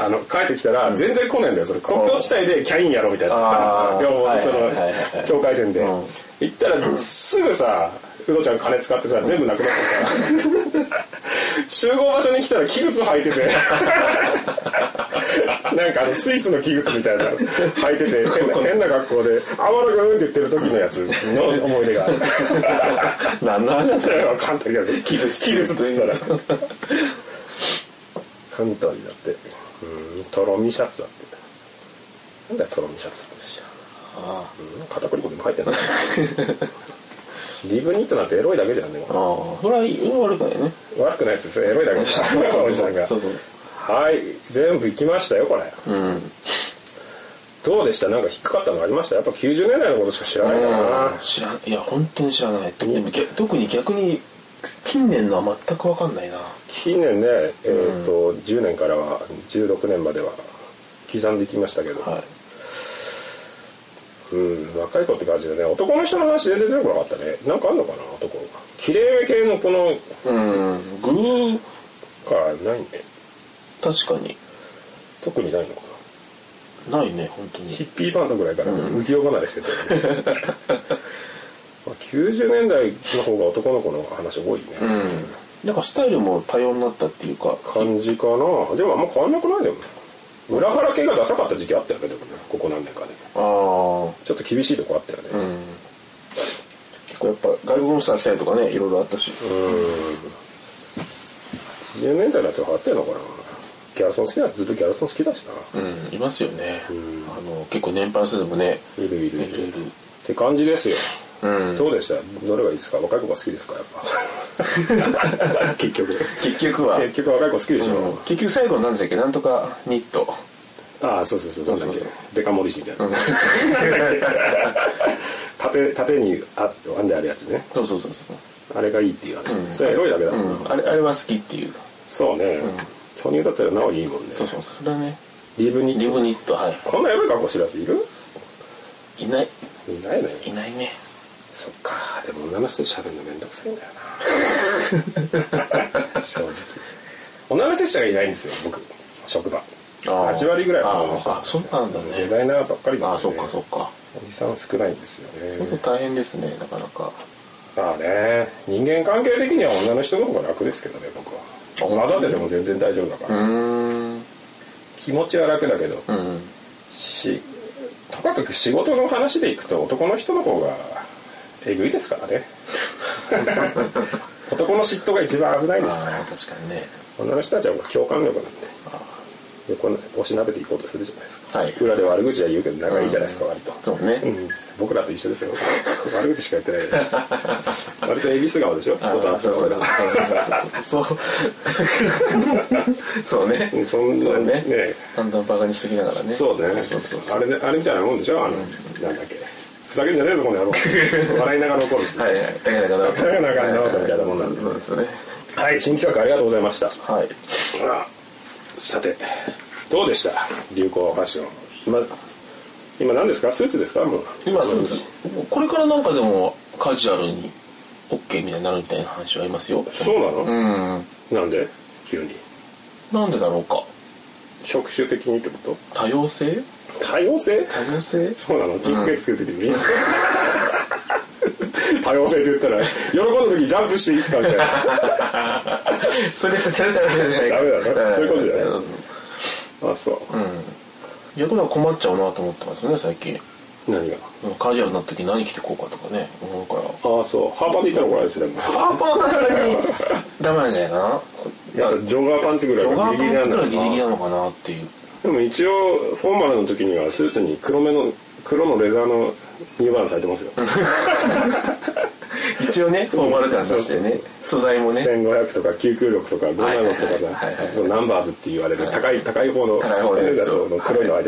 Speaker 3: あの帰ってきたら全然来ないんだよそれ国境地帯でキャインやろみたいな
Speaker 2: あー
Speaker 3: 両方
Speaker 2: はい
Speaker 3: そ
Speaker 2: はいはいは
Speaker 3: の
Speaker 2: い
Speaker 3: 境界線で、
Speaker 2: うん
Speaker 3: 行ったらすぐさウドちゃん金使ってさ全部なくなってさ集合場所に来たら器靴履 いててなんかあのスイスの器靴みたいなの履いてて 変な変な格好で「あわらがうん」って言ってる時のやつの思い出がある
Speaker 2: 何の話だ
Speaker 3: それは簡単だけど器靴器靴って言ったら関東になってうんとろみシャツだってなんだよとろみシャツってうん片栗粉でも入ってないリブニットなんてエロいだけじゃんね
Speaker 2: ああそれは悪くないね
Speaker 3: 悪くないやつですよエロいだけじゃんおじさんが
Speaker 2: そうそう
Speaker 3: はい全部いきましたよこれ
Speaker 2: うん
Speaker 3: どうでしたなんか引っかかったのありましたやっぱ90年代のことしか知らないからな
Speaker 2: 知らんいや本当に知らないでも逆特に逆に近年のは全く分かんないな
Speaker 3: 近年ねえっ、と10年からは16年までは刻んでいきましたけど、
Speaker 2: はい
Speaker 3: うん、若い子って感じでね男の人の話全然出てこなかったねなんかあんのかな男きれいめ系のこの
Speaker 2: うんグー
Speaker 3: かないね
Speaker 2: 確かに
Speaker 3: 特にないのかな
Speaker 2: ないね本当に
Speaker 3: ヒッピーバンドぐらいから浮世離れしてたよね、 まあ90年代の方が男の子の話多いね、
Speaker 2: うんなんかスタイルも多様になったっていうか
Speaker 3: 感じかなでもあんま変わんなくないでもね裏腹系がダサかった時期あったよねでもねここ何年かね
Speaker 2: ああ
Speaker 3: ちょっと厳しいとこあったよね、
Speaker 2: うん結構やっぱ外国の人が来たりとかねいろいろあったし
Speaker 3: 10年代のやつは流行ってんのかなギャルソン好きなやつずっとギャルソン好きだしな
Speaker 2: うんいますよねあの結構年配の人でもね
Speaker 3: いるい
Speaker 2: い
Speaker 3: る
Speaker 2: る
Speaker 3: いる
Speaker 2: いる
Speaker 3: って感じですよ
Speaker 2: うん
Speaker 3: どうでしたどれがいいですか若い子が好きですかやっ ぱ結局
Speaker 2: 結局は
Speaker 3: 結局若い子好きでしょ、
Speaker 2: うん結局最後なんでしたっけなんとかニット
Speaker 3: ああそうそうそうなんだっ
Speaker 2: そうそう
Speaker 3: けデカ盛り師みたいななんだっけ 縦縦にあ編んであるやつね
Speaker 2: そうそうそうそう
Speaker 3: あれがいいっていう話、それはエロいだけだもん、
Speaker 2: うんあれあれは好きっていう
Speaker 3: そうね、巨乳だったらなおいいもんね
Speaker 2: そうそうそうそれはね
Speaker 3: リブに
Speaker 2: リブニットはい
Speaker 3: こんなエロい格好してるやついる
Speaker 2: いない
Speaker 3: いないね
Speaker 2: いないね
Speaker 3: そっかでも女の人と喋るのめんどくさいんだよ な正直女の人しかいないんですよ僕職場
Speaker 2: あー
Speaker 3: 8割ぐらい
Speaker 2: あ
Speaker 3: は
Speaker 2: ーあそうなんだね
Speaker 3: デザイナーばっかりなん
Speaker 2: あ
Speaker 3: で
Speaker 2: あそうかそうか
Speaker 3: おじさん少ないんですよ
Speaker 2: 本当
Speaker 3: ね
Speaker 2: 大変ですねなかなか
Speaker 3: まあね人間関係的には女の人の方が楽ですけどね僕は混ざってても全然大丈夫だから、
Speaker 2: うーん
Speaker 3: 気持ちは楽だけど、
Speaker 2: うん
Speaker 3: しとかく仕事の話でいくと男の人の方がえぐいですか らね男の嫉妬が一番危ないですから
Speaker 2: ああ確かにね
Speaker 3: 女の人たちは共感力なんで横なおしなべていこうとするじゃないですか、
Speaker 2: はい
Speaker 3: 裏で悪口は言うけど仲いいじゃないですか、割と
Speaker 2: そうね
Speaker 3: うん、僕らと一緒ですよ悪口しか言ってないで割と恵比寿顔で しょ人と会った
Speaker 2: そう
Speaker 3: ら
Speaker 2: そ
Speaker 3: 俺
Speaker 2: う
Speaker 3: ら
Speaker 2: そうそう ね
Speaker 3: うんそんな
Speaker 2: そうね
Speaker 3: ね
Speaker 2: だんだんバカにしてきながらね
Speaker 3: そうね
Speaker 2: そうそうそう
Speaker 3: あれねあれみたいなもんでしょあの、なんだっけふざけんじゃねえぞこの野郎笑いながら怒る 人
Speaker 2: はいはいだからだから
Speaker 3: だからだからだからみたいなもんなんで
Speaker 2: そうですよね
Speaker 3: はい新企画ありがとうございました
Speaker 2: はい
Speaker 3: さてどうでした流行ファッション今今何ですかスーツですかもう
Speaker 2: 今そうですこれからなんかでもカジュアルに OK みたいになるみたいな話はありますよ
Speaker 3: そうなの、
Speaker 2: うん
Speaker 3: なんで急に
Speaker 2: なんでだろうか
Speaker 3: 職種的にってこと
Speaker 2: 多様性
Speaker 3: 多様性
Speaker 2: 多様性
Speaker 3: そうなの人血つけててみんな多様性って言ったら喜んだ時ジャンプしていいっすかみたいな
Speaker 2: それそれそれそれじゃない
Speaker 3: ダメだなそういうことじゃない
Speaker 2: うん
Speaker 3: あそう、
Speaker 2: 逆には困っちゃうなと思ってますね最近
Speaker 3: 何が
Speaker 2: カジュアルな時何着てこうかとかね思うから
Speaker 3: ああそうハーパンで言ったら怒られるしでも
Speaker 2: パンパンがそれにダメなんじゃないかな
Speaker 3: やっぱジョガーパンチぐら
Speaker 2: ヨガ
Speaker 3: いが
Speaker 2: パ
Speaker 3: ギ
Speaker 2: ン
Speaker 3: リギリなん
Speaker 2: ツく
Speaker 3: だろ
Speaker 2: ら
Speaker 3: う
Speaker 2: いギリギリ
Speaker 3: な
Speaker 2: なのかなっていう
Speaker 3: でも一応フォーマルの時にはスーツに黒めの黒のレザーのニューバランス履いてますよ
Speaker 2: 一応ねフォーマル感出してね素材もね
Speaker 3: 1500とか996とか56とか
Speaker 2: はいはいはいは
Speaker 3: さ
Speaker 2: い
Speaker 3: そのナンバーズって言われる高い高い方の
Speaker 2: 高い方のや
Speaker 3: や
Speaker 2: つ
Speaker 3: つ
Speaker 2: を
Speaker 3: の黒いの履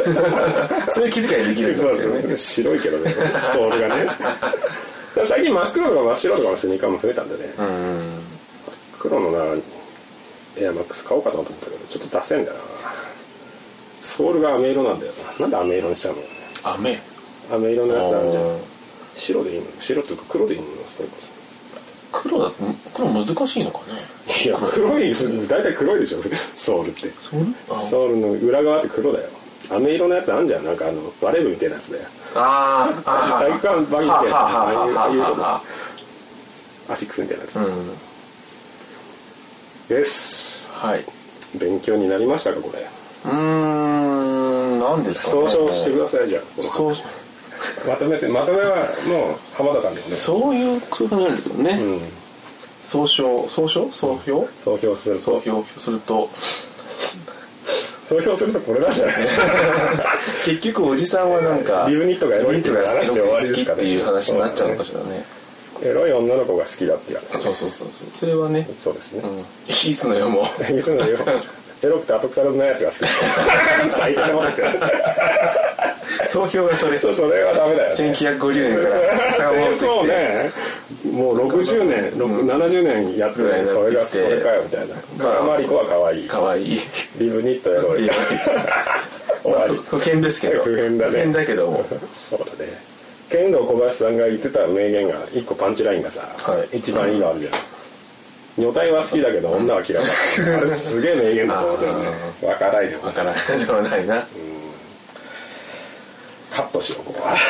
Speaker 3: いてま
Speaker 2: は
Speaker 3: す
Speaker 2: いそういう 気遣いできるんです
Speaker 3: そう
Speaker 2: よ
Speaker 3: で
Speaker 2: ね
Speaker 3: すね白いけどねストールがねだから最近真っ黒とか真っ白とかのスニーカーも増えたんでね
Speaker 2: うん
Speaker 3: 黒のなエアマックス買おうかなと思ったけどちょっと出せんだよなソールが飴色なんだよななんで飴色にしたの
Speaker 2: 雨
Speaker 3: 飴色のやつあるじゃん白でいいの白というか黒でいいのそれこ
Speaker 2: 黒だと黒難しいのかね
Speaker 3: そいや黒い大体黒いでしょソールって
Speaker 2: そうあ
Speaker 3: ソールの裏側って黒だよ飴色のやつあんじゃんなんかあのバレー部みたいなやつだよ
Speaker 2: ああ
Speaker 3: 体育館バグみたいな
Speaker 2: はあは
Speaker 3: ああいうああいう
Speaker 2: は
Speaker 3: と
Speaker 2: あはあ
Speaker 3: かアシックスみたいなやつ、
Speaker 2: うん
Speaker 3: です
Speaker 2: はいう
Speaker 3: 勉強になりましたかこれ
Speaker 2: ーん何ですかね
Speaker 3: 総称してくださいじゃあこの
Speaker 2: そう
Speaker 3: まとめてまとめはもう浜田さんだよね
Speaker 2: そういう空間になるんだけどね
Speaker 3: うん
Speaker 2: 総称総称総評
Speaker 3: 総評する
Speaker 2: 総
Speaker 3: と
Speaker 2: 評すると
Speaker 3: 総評するとこれなん じゃない
Speaker 2: 結局おじさんはなんか
Speaker 3: リブニットがエロい
Speaker 2: リブ
Speaker 3: って
Speaker 2: ニ
Speaker 3: いう
Speaker 2: ットが
Speaker 3: 話で終わり
Speaker 2: 好
Speaker 3: で
Speaker 2: き
Speaker 3: す
Speaker 2: っ
Speaker 3: かね
Speaker 2: ていう話になっちゃうのかしらね
Speaker 3: エロい女の子が好きだっていう話
Speaker 2: そうそうそうそうそれはね
Speaker 3: そうですね
Speaker 2: う、んいつの世も
Speaker 3: いつのよエロくて後腐らずないやつが好き最低なこと言って
Speaker 2: 総評がそれ
Speaker 3: そうそれはダメだよ、ね、
Speaker 2: 1950年からさかのぼってきて
Speaker 3: そうねもう60年、六70年やって
Speaker 2: ぐらい
Speaker 3: る
Speaker 2: やってきて
Speaker 3: それがそれかよみたいな
Speaker 2: まあ
Speaker 3: あまり子は可愛い
Speaker 2: かわ いい
Speaker 3: リブニットエロい終わり
Speaker 2: 不変ですけど
Speaker 3: 不変だね
Speaker 2: けども
Speaker 3: そうだね剣道小林さんが言ってた名言が一個パンチラインがさ、
Speaker 2: はい
Speaker 3: 一番いいのあるじゃん女体は好きだけど女は嫌いだあれすげえ名言だと思ったよね若いでも
Speaker 2: わからないではないな
Speaker 3: カットしようここは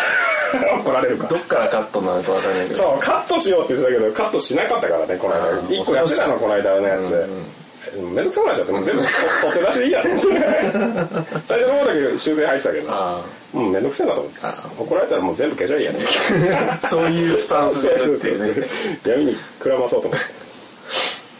Speaker 3: 怒られるか
Speaker 2: どっからカットなのかわからないけど
Speaker 3: そうカットしようって言ってたけどカットしなかったからねこの
Speaker 2: あ
Speaker 3: 間
Speaker 2: ー
Speaker 3: 一個やってたのこの間のやつ、めんどくさくなっちゃってもう全部取って出しでいいやと思って最初の方だけ修正入ってたけど
Speaker 2: あ
Speaker 3: うんめんどくせえなと思って
Speaker 2: あ
Speaker 3: 怒られたらもう全部消しゃいいやと思って
Speaker 2: あそういうスタンスでやる っていうね
Speaker 3: 闇にくらまそうと思って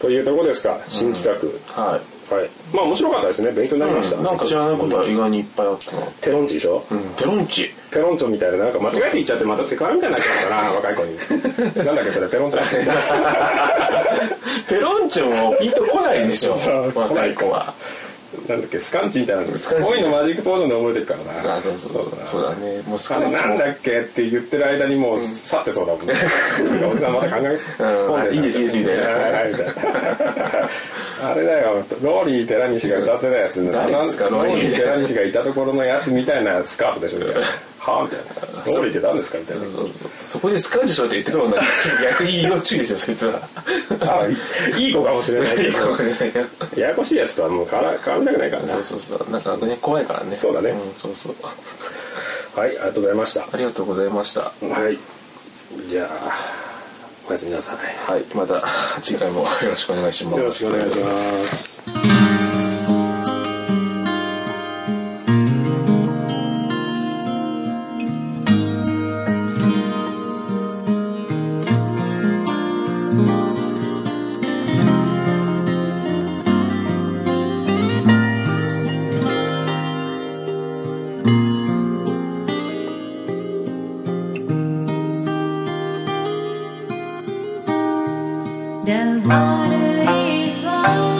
Speaker 3: というとこですか新企画、
Speaker 2: は
Speaker 3: はいまあ面白かったですね勉強になりました、
Speaker 2: いなんか知らないことは意外にいっぱいあったな
Speaker 3: ペロンチでしょ、
Speaker 2: うんペロンチ
Speaker 3: ペロンチョみたいななんか間違えて言っちゃってまたセクハラみたいになっちゃうから若い子 になんだっけそれペロンチョって
Speaker 2: ペロンチョもピンとこないでしょ
Speaker 3: そう
Speaker 2: 若い子は
Speaker 3: なんだっけスカンチみたいなの
Speaker 2: スカンチ
Speaker 3: 恋のマジックポーションで覚えてるからな
Speaker 2: あそうそうそう
Speaker 3: な
Speaker 2: そうだねもう少
Speaker 3: あ
Speaker 2: な
Speaker 3: れ
Speaker 2: く
Speaker 3: な
Speaker 2: と
Speaker 3: ん
Speaker 2: も
Speaker 3: だっけって言ってる間にもう去ってそう だもんねおじさんまた考
Speaker 2: う
Speaker 3: え
Speaker 2: ん
Speaker 3: 込ん
Speaker 2: あ
Speaker 3: で
Speaker 2: いいですいいですみたいな
Speaker 3: はいはいみたいな あれだよローリー寺西が歌ってたやつ
Speaker 2: 誰ですか
Speaker 3: ロ
Speaker 2: ロー
Speaker 3: ー
Speaker 2: リー
Speaker 3: リー寺西がいたところのやつみたいなスカート でしょみたいなはあみたいなローリーって何ですかみたいな
Speaker 2: そうそうそこでスカウトしろって言ってくる女逆に要注意ですよそいつ は
Speaker 3: あいい子かもしれないけ
Speaker 2: いい
Speaker 3: ど
Speaker 2: かもしれないけど
Speaker 3: ややこしいやつとはもう変わら変わりたくないからな
Speaker 2: そうそうそうなんかね怖いからね
Speaker 3: そうだね
Speaker 2: んそうそう
Speaker 3: はいありがとうございました
Speaker 2: ありがとうございました
Speaker 3: はいじゃあおやすみなさい
Speaker 2: はいまた次回もよろしくお願いします
Speaker 3: よろしくお願いします
Speaker 5: The water is warm